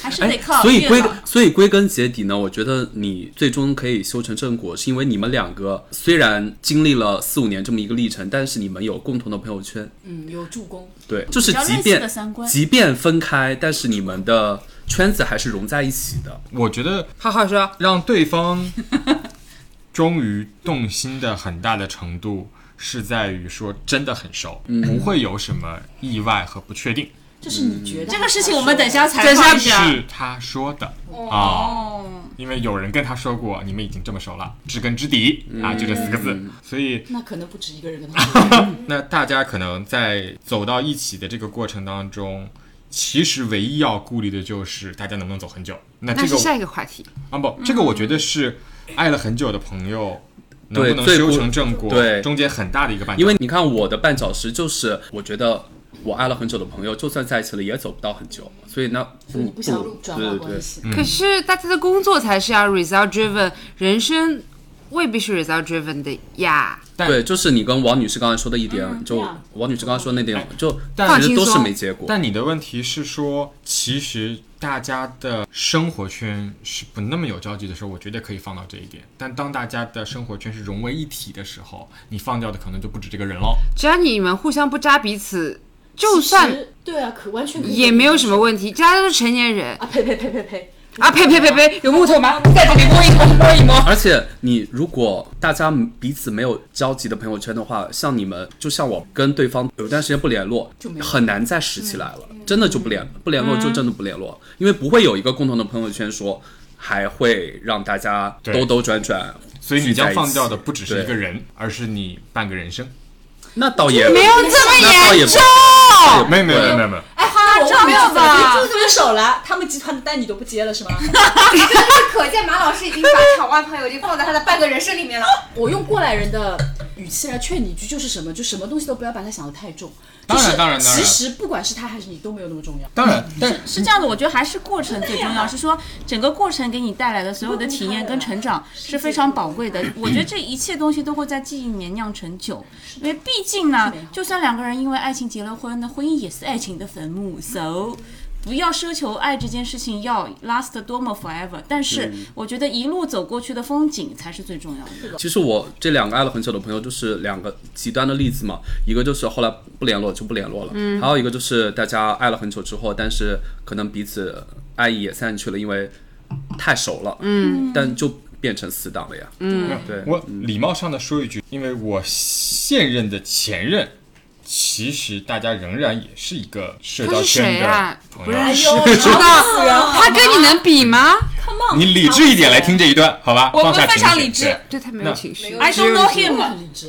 还是
哎
得靠
所以
月
归
老
所以归根结底呢，我觉得你最终可以修成正果，是因为你们两个虽然经历了四五年这么一个历程，但是你们有共同的朋友圈，
嗯，有助攻。
对，就是
较类
即
似
便
的三观
即便分开，但是你们的圈子还是融在一起的。
我觉得
好好说，
啊让对方终于动心的很大的程度是在于说真的很熟，不会有什么意外和不确定，
这是你觉得
这个事情，我们等下采
等下
访一下。
是他说的啊。
哦，
因为有人跟他说过，你们已经这么熟了，知根知底
嗯
啊，就这四个字。所以，
那可能不止一个人跟他说。
那大家可能在走到一起的这个过程当中，其实唯一要顾虑的就是大家能不能走很久。那
那
这
是
个
下一个话题。
啊
嗯
不，这个我觉得是爱了很久的朋友能
对
不能
最不
修成正果，
对
中间很大的一个绊脚。
因为你看我的绊脚石就是，我觉得我爱了很久的朋友，就算在一起了也走不到很久，所以那
所以你不想
如
转
对
化
对
关
对。
系，
可是大家的工作才是要 result driven，人生未必是 result driven 的呀。
但
对，就是你跟王女士刚才说的一点，就
对啊
王女士刚才说那点，就
但
其实
放轻
都是
松
没结果。
但你的问题是说，其实大家的生活圈是不那么有交集的时候，我觉得可以放到这一点。但当大家的生活圈是融为一体的时候，你放掉的可能就不止这个人喽。
只要你们互相不扎彼此，就
其
算
实对啊，可完全可以
也没有什么问题。大家都是成年人
啊！呸呸呸呸呸！
啊！呸呸呸呸，有木头吗？在这里摸一摸，摸一摸。
而且你如果大家彼此没有交集的朋友圈的话，像你们就像我跟对方有一段时间不联络
就没，有嗯
很难再拾起来了，真的就不联不联络就真的不联络，因为不会有一个共同的朋友圈说还会让大家
对
兜兜转转。
所以你将放掉
聚在
的
一起
不只是一个
对
人，而是你半个人生。
那倒也
没有这么
那倒也
严
不
重，
没有没有没有没有没有，
哎，夸
张了
啊
吧
就分手了，他们集团的单你都不接了是吗？
可见马老师已经把场外朋友已经放在他的半个人生里 面了。
我用过来人的语气来劝你一句，就是什么，就什么东西都不要把它想得太重。
当然
就是
当然当然
其实不管是他还是你都没有那么重要。
当然，但
是这样的，我觉得还是过程最重要，是说整个过程给你带来的所有的体验跟成长是非常宝贵的。我觉得这一切东西都会在记忆里面酿成酒，因为毕竟呢，就算两个人因为爱情结了婚，那婚姻也是爱情的坟墓，so。不要奢求爱这件事情要 last 多么 forever，但是我觉得一路走过去的风景才是最重要的。
其实我这两个爱了很久的朋友，就是两个极端的例子嘛。一个就是后来不联络就不联络了，
嗯
还有一个就是大家爱了很久之后，但是可能彼此爱意也散去了，因为太熟了，嗯，但就变成死党了呀。嗯，对，
我礼貌上的说一句，因为我现任的前任，其实大家仍然也是一个社交
他是
圈
谁
的
啊
朋
不
友。
认识，
知
知道他跟你能比吗？
你理智一点来听这一段，好吧？
我
放下
我非常
情绪
理智
对
对他没有情绪。哎
I don't know
这么
him，
很理智。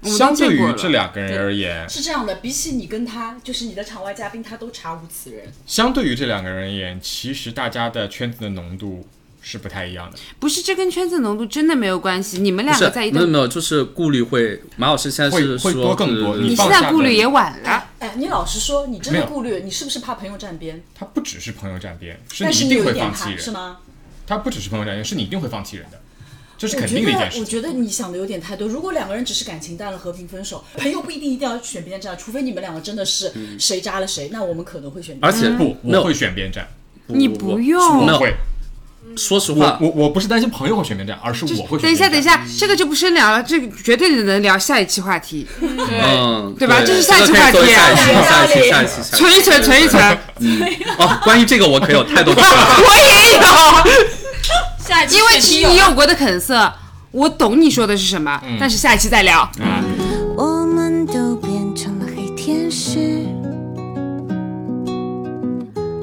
们都
相对
见过
于
了
这两个人而言，
是这样的，比起你跟他，就是你的场外嘉宾，他都查无此人。
相对于这两个人而言，其实大家的圈子的浓度是不太一样的。
不是，这跟圈子浓度真的没有关系。你们
不
两
是
个在一
没有
段，
没有，就是顾虑会，马老师现在是
会会
说
多更多
是
你
你
放
现
下
在
的
顾虑也晚了。
哎，你老实说，你真
没
的
有
顾虑，你是不是怕朋友站边？
他不只是朋友站边，是
但
你
是
一
你
定
有
会
一点
放弃
怕，是
人。
吗？
他不只是朋友站边，是你一定会放弃人的，这是
我
肯
觉
定的一件
得，
事
我
情。
觉得你想的有点太多。如果两个人只是感情淡了，和平分手，朋友不一定一定要选边站，除非你们两个真的
嗯
是谁扎了谁，那我们可能会选边
而
站。
且
不，
没
我
有
会，选边站，
你
不
不用
没
我
有
会，
说实
我
话，
我我不是担心朋友会选边站，而是我会选边站。
等一下，等一下，这个就不深聊了，这个绝对能聊下一期话题，
嗯，
对吧这是下一期
这个可以作为
话
下一
题
期，
啊
下一期，下 一期，下一期
存一存，存一存。
哦，关于这个我可有太多
我也有，
下一期
因为
选题
你有过的肯色，我懂你说的是什么，但是下一期再聊。
我们都变成了黑天使。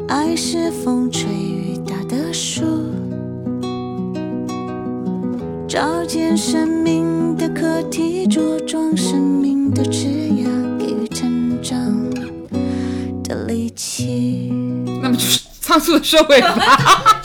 爱是风吹雨打的树，照见生命的课题，茁壮生命的枝桠。起。
那么就是仓促的收尾 吧。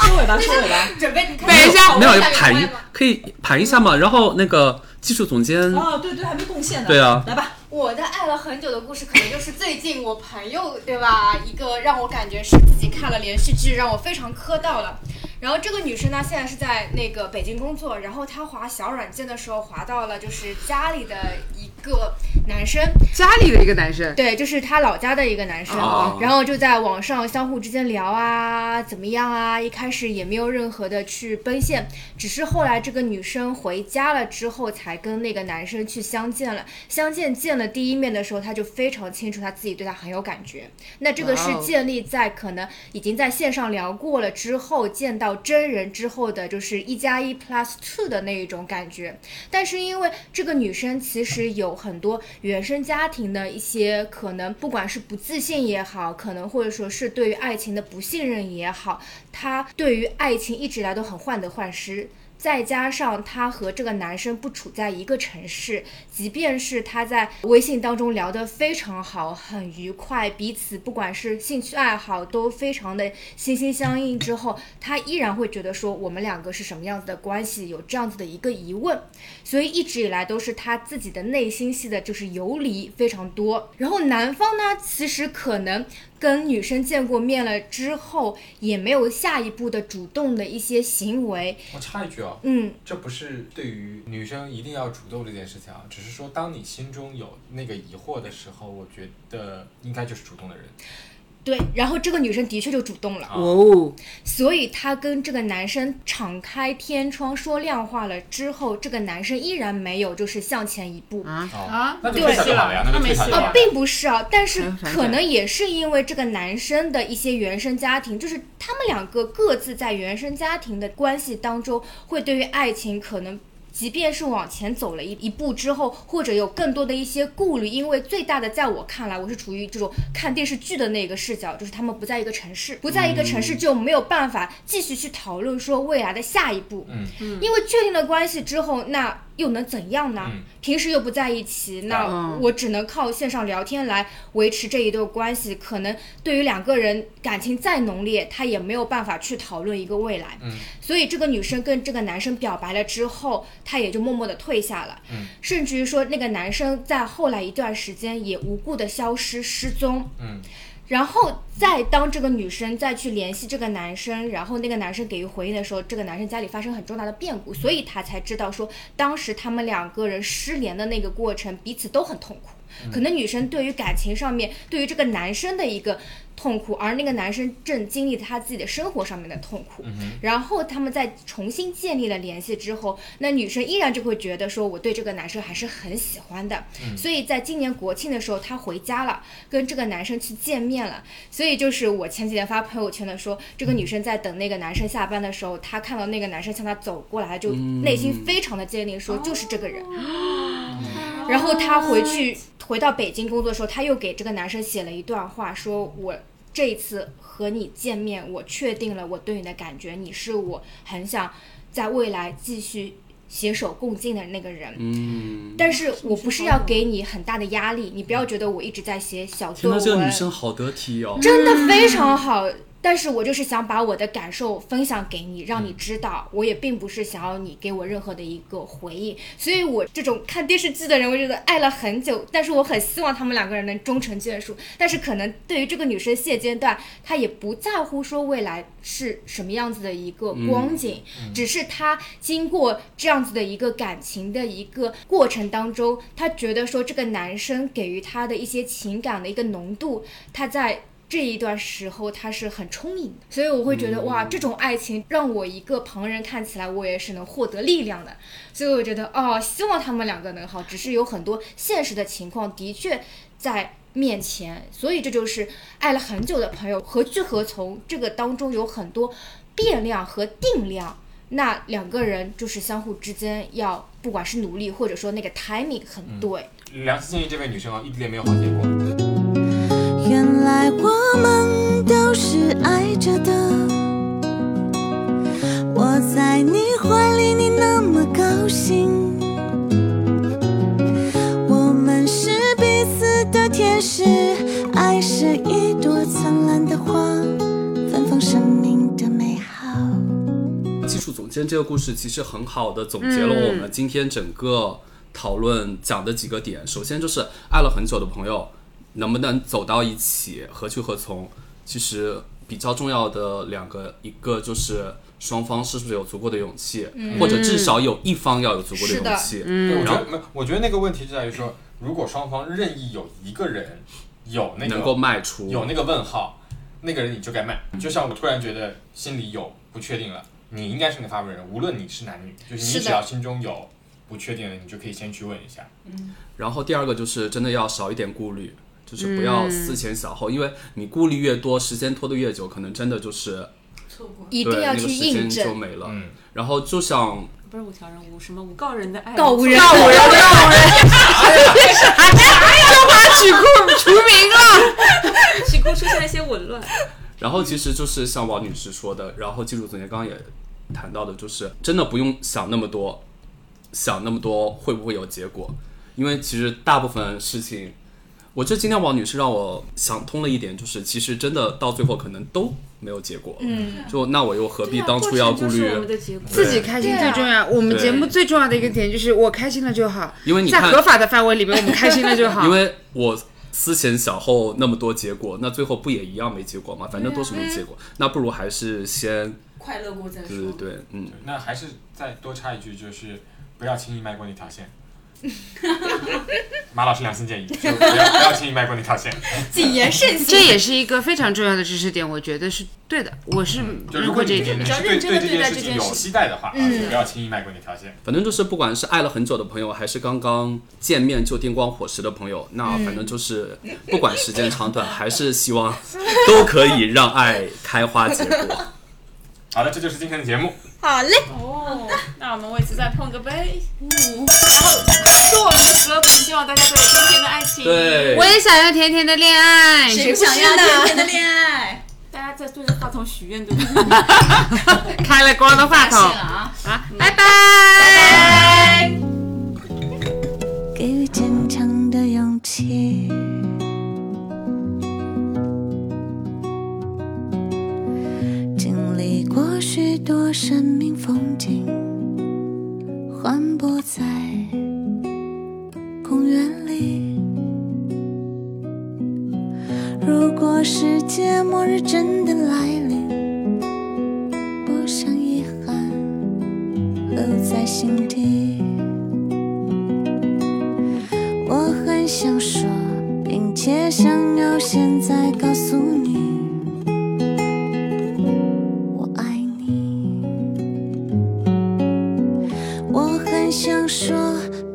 收尾吧，收尾吧。
准备你看
等一下
没有
有
盘一可以盘一下嘛，然后那个技术总监，
哦，对对，还没贡献呢。
对啊
来吧，
我的爱了很久的故事，可能就是最近我朋友对吧，一个让我感觉是自己看了连续剧，让我非常磕到了。然后这个女生呢，现在是在那个北京工作，然后她滑小软件的时候滑到了就是家里的一个男生，
家里的一个男生，
对，就是她老家的一个男生，
哦
然后就在网上相互之间聊啊，怎么样啊？一开始也没有任何的去奔现，只是后来这个女生回家了之后，才跟那个男生去相见了。相见见了第一面的时候，她就非常清楚她自己对他很有感觉。那这个是
哇哦
建立在可能已经在线上聊过了之后，见到真人之后的，就是一加一 plus two 的那一种感觉。但是因为这个女生其实有很多原生家庭的一些可能，不管是不自信也好，可能或者说是对于爱情的不信任也好，她对于爱情一直以来都很患得患失。再加上她和这个男生不处在一个城市，即便是她在微信当中聊得非常好，很愉快，彼此不管是兴趣爱好都非常的心心相印之后，她依然会觉得说我们两个是什么样子的关系，有这样子的一个疑问，所以一直以来都是她自己的内心戏的就是游离非常多。然后男方呢，其实可能跟女生见过面了之后，也没有下一步的主动的一些行为，
我插一句啊，
嗯，
这不是对于女生一定要主动这件事情啊，只是说当你心中有那个疑惑的时候，我觉得应该就是主动的人。
对，然后这个女生的确就主动了。
哦，
所以她跟这个男生敞开天窗说亮话了之后，这个男生依然没有就是向前一步。
啊
哦
啊，
那就
对
退下就好了呀，那就退下就好
啊
了，。
并不是啊，但是
嗯反
可
转
能也是因为这个男生的一些原生家庭，就是他们两个各自在原生家庭的关系当中，会对于爱情可能。即便是往前走了一一步之后，或者有更多的一些顾虑，因为最大的在我看来，我是处于这种看电视剧的那个视角，就是他们不在一个城市，不在一个
嗯
城市就没有办法继续去讨论说未来的下一步，
嗯，
因为确定了关系之后，那又能怎样呢？
嗯
平时又不在一起，那
嗯
我只能靠线上聊天来维持这一段关系。可能对于两个人感情再浓烈，他也没有办法去讨论一个未来。
嗯
所以这个女生跟这个男生表白了之后，她也就默默的退下了。
嗯
甚至于说，那个男生在后来一段时间也无故的消失失踪。
嗯
然后再当这个女生再去联系这个男生，然后那个男生给予回应的时候，这个男生家里发生很重大的变故，所以她才知道说，当时他们两个人失联的那个过程，彼此都很痛苦。可能女生对于感情上面，对于这个男生的一个痛苦，而那个男生正经历他自己的生活上面的痛苦。
嗯哼，
然后他们在重新建立了联系之后，那女生依然就会觉得说我对这个男生还是很喜欢的，
嗯
所以在今年国庆的时候，她回家了，跟这个男生去见面了。所以就是我前几天发朋友圈的说，这个女生在等那个男生下班的时候，她看到那个男生向她走过来，就
嗯
内心非常的坚定，说就是这个人。然后她回去回到北京工作的时候，她又给这个男生写了一段话，说我这一次和你见面，我确定了我对你的感觉，你是我很想在未来继续携手共进的那个人。
嗯，
但是我不是要给你很大的压力，你不要觉得我一直在写小
天
作
呐，这个
文
女，生好得体哦，
真的非常好。但是我就是想把我的感受分享给你，让你知道，我也并不是想要你给我任何的一个回应。所以，我这种看电视剧的人，我觉得爱了很久，但是我很希望他们两个人能终成眷属。但是，可能对于这个女生现阶段，她也不在乎说未来是什么样子的一个光景，只是她经过这样子的一个感情的一个过程当中，她觉得说这个男生给予她的一些情感的一个浓度，她在。这一段时候，她是很充盈的，所以我会觉得、哇，
嗯
这种爱情让我一个旁人看起来，我也是能获得力量的。所以我觉得哦，希望他们两个能好，只是有很多现实的情况的确在面前，所以这就是爱了很久的朋友何去何从，这个当中有很多变量和定量。那两个人就是相互之间要，不管是努力或者说那个 timing 很对，
嗯
良心建议这位女生啊，异地恋没有好结果。
原来我们都是爱着的。我在你怀里，你那么高兴。我们是彼此的天使，爱是一朵朵灿烂的花，芬芳生命的美好。
技术总监这个故事其实很好的总结了
嗯
我们今天整个讨论讲的几个点。首先就是爱了很久的朋友能不能走到一起，何去何从？其实比较重要的两个，一个就是双方是不是有足够的勇气，或者至少有一方要有足够
嗯是的嗯
勇气。
对我
然
觉
后
得没有，我觉得那个问题就在于说，如果双方任意有一个人有那个
能够迈出
嗯
有那个问号，那个人你就该卖。就像我突然觉得心里有不确定了，你应该是个发问人，无论你是男女，就是
是
你
的
只要心中有不确定的，你就可以先去问一下。
然后第二个就是真的要少一点顾虑，就是不
嗯
要思前想后，因为你顾虑越多，时间拖得越久，可能真的就是
一
对
定要
那个
去
时
印
间就
证。
没了。
嗯
然后就像
不是五条人，无什么无告人的爱，
告 无人，
告五人，告五人，啥哎呀？就把曲库除名了。
曲库出现了一些紊乱。
然后其实就是像王女士说的，然后技术总监刚刚也谈到的，就是真的不用想那么多，想那么多会不会有结果，因为其实大部分事情，我觉得今天王女士让我想通了一点，就是其实真的到最后可能都没有结果，嗯，就那我又何
啊
必当初要顾虑？
结果
自己开心最重要。我们节目最重要的一个点就是我开心了就好，
因为你
在
看
合法的范围里面，我们开心了就
啊
好。
因为我思前想后那么多结果，那最后不也一样没结果吗？反正都是没结果，那不如还是先
啊快乐过再
对对对，嗯，
那还是再多插一句，就是不要轻易迈过那条 线。马老师良心建议，就不要不要轻易迈过那条线。
谨言慎 行。
这也是一个非常重要的知识点，我觉得是对的。我是
嗯
就
认
如果
可这
你
一点
你
的。
是
认
对
真地
这
对待
件事
这
情
件
有
事嗯
期待的话，啊，就不要轻易迈过那条线。
反正就是不管是爱了很久的朋友，还是刚刚见面就电光火石的朋友，那反正就是
嗯
不管时间长短，还是希望都可以让爱开花结 果。
好的，这就是今天的节目。
好嘞，
哦，那我们为此再碰个杯，嗯，然后祝我们的所有粉，希望大家都有甜甜的爱情，，
对
我，也想要甜甜的恋爱，
谁
谁
不
不
想
想
要
要甜
甜甜
甜
的
的
恋爱？
大家在对着话筒许愿，对不对？
开了光的话筒
谢了啊。
啊！拜拜
给予坚强的勇气。经历过许多生命风景，环泊在公园里。如果世界末日真的来临，不想遗憾留在心底。我很想说，并且想要现在告诉你，我爱你。我很想说，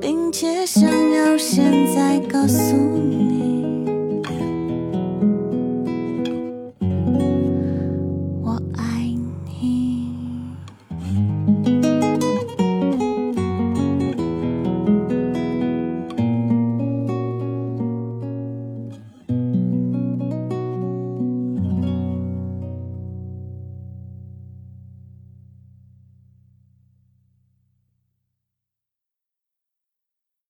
并且想要现在告诉你。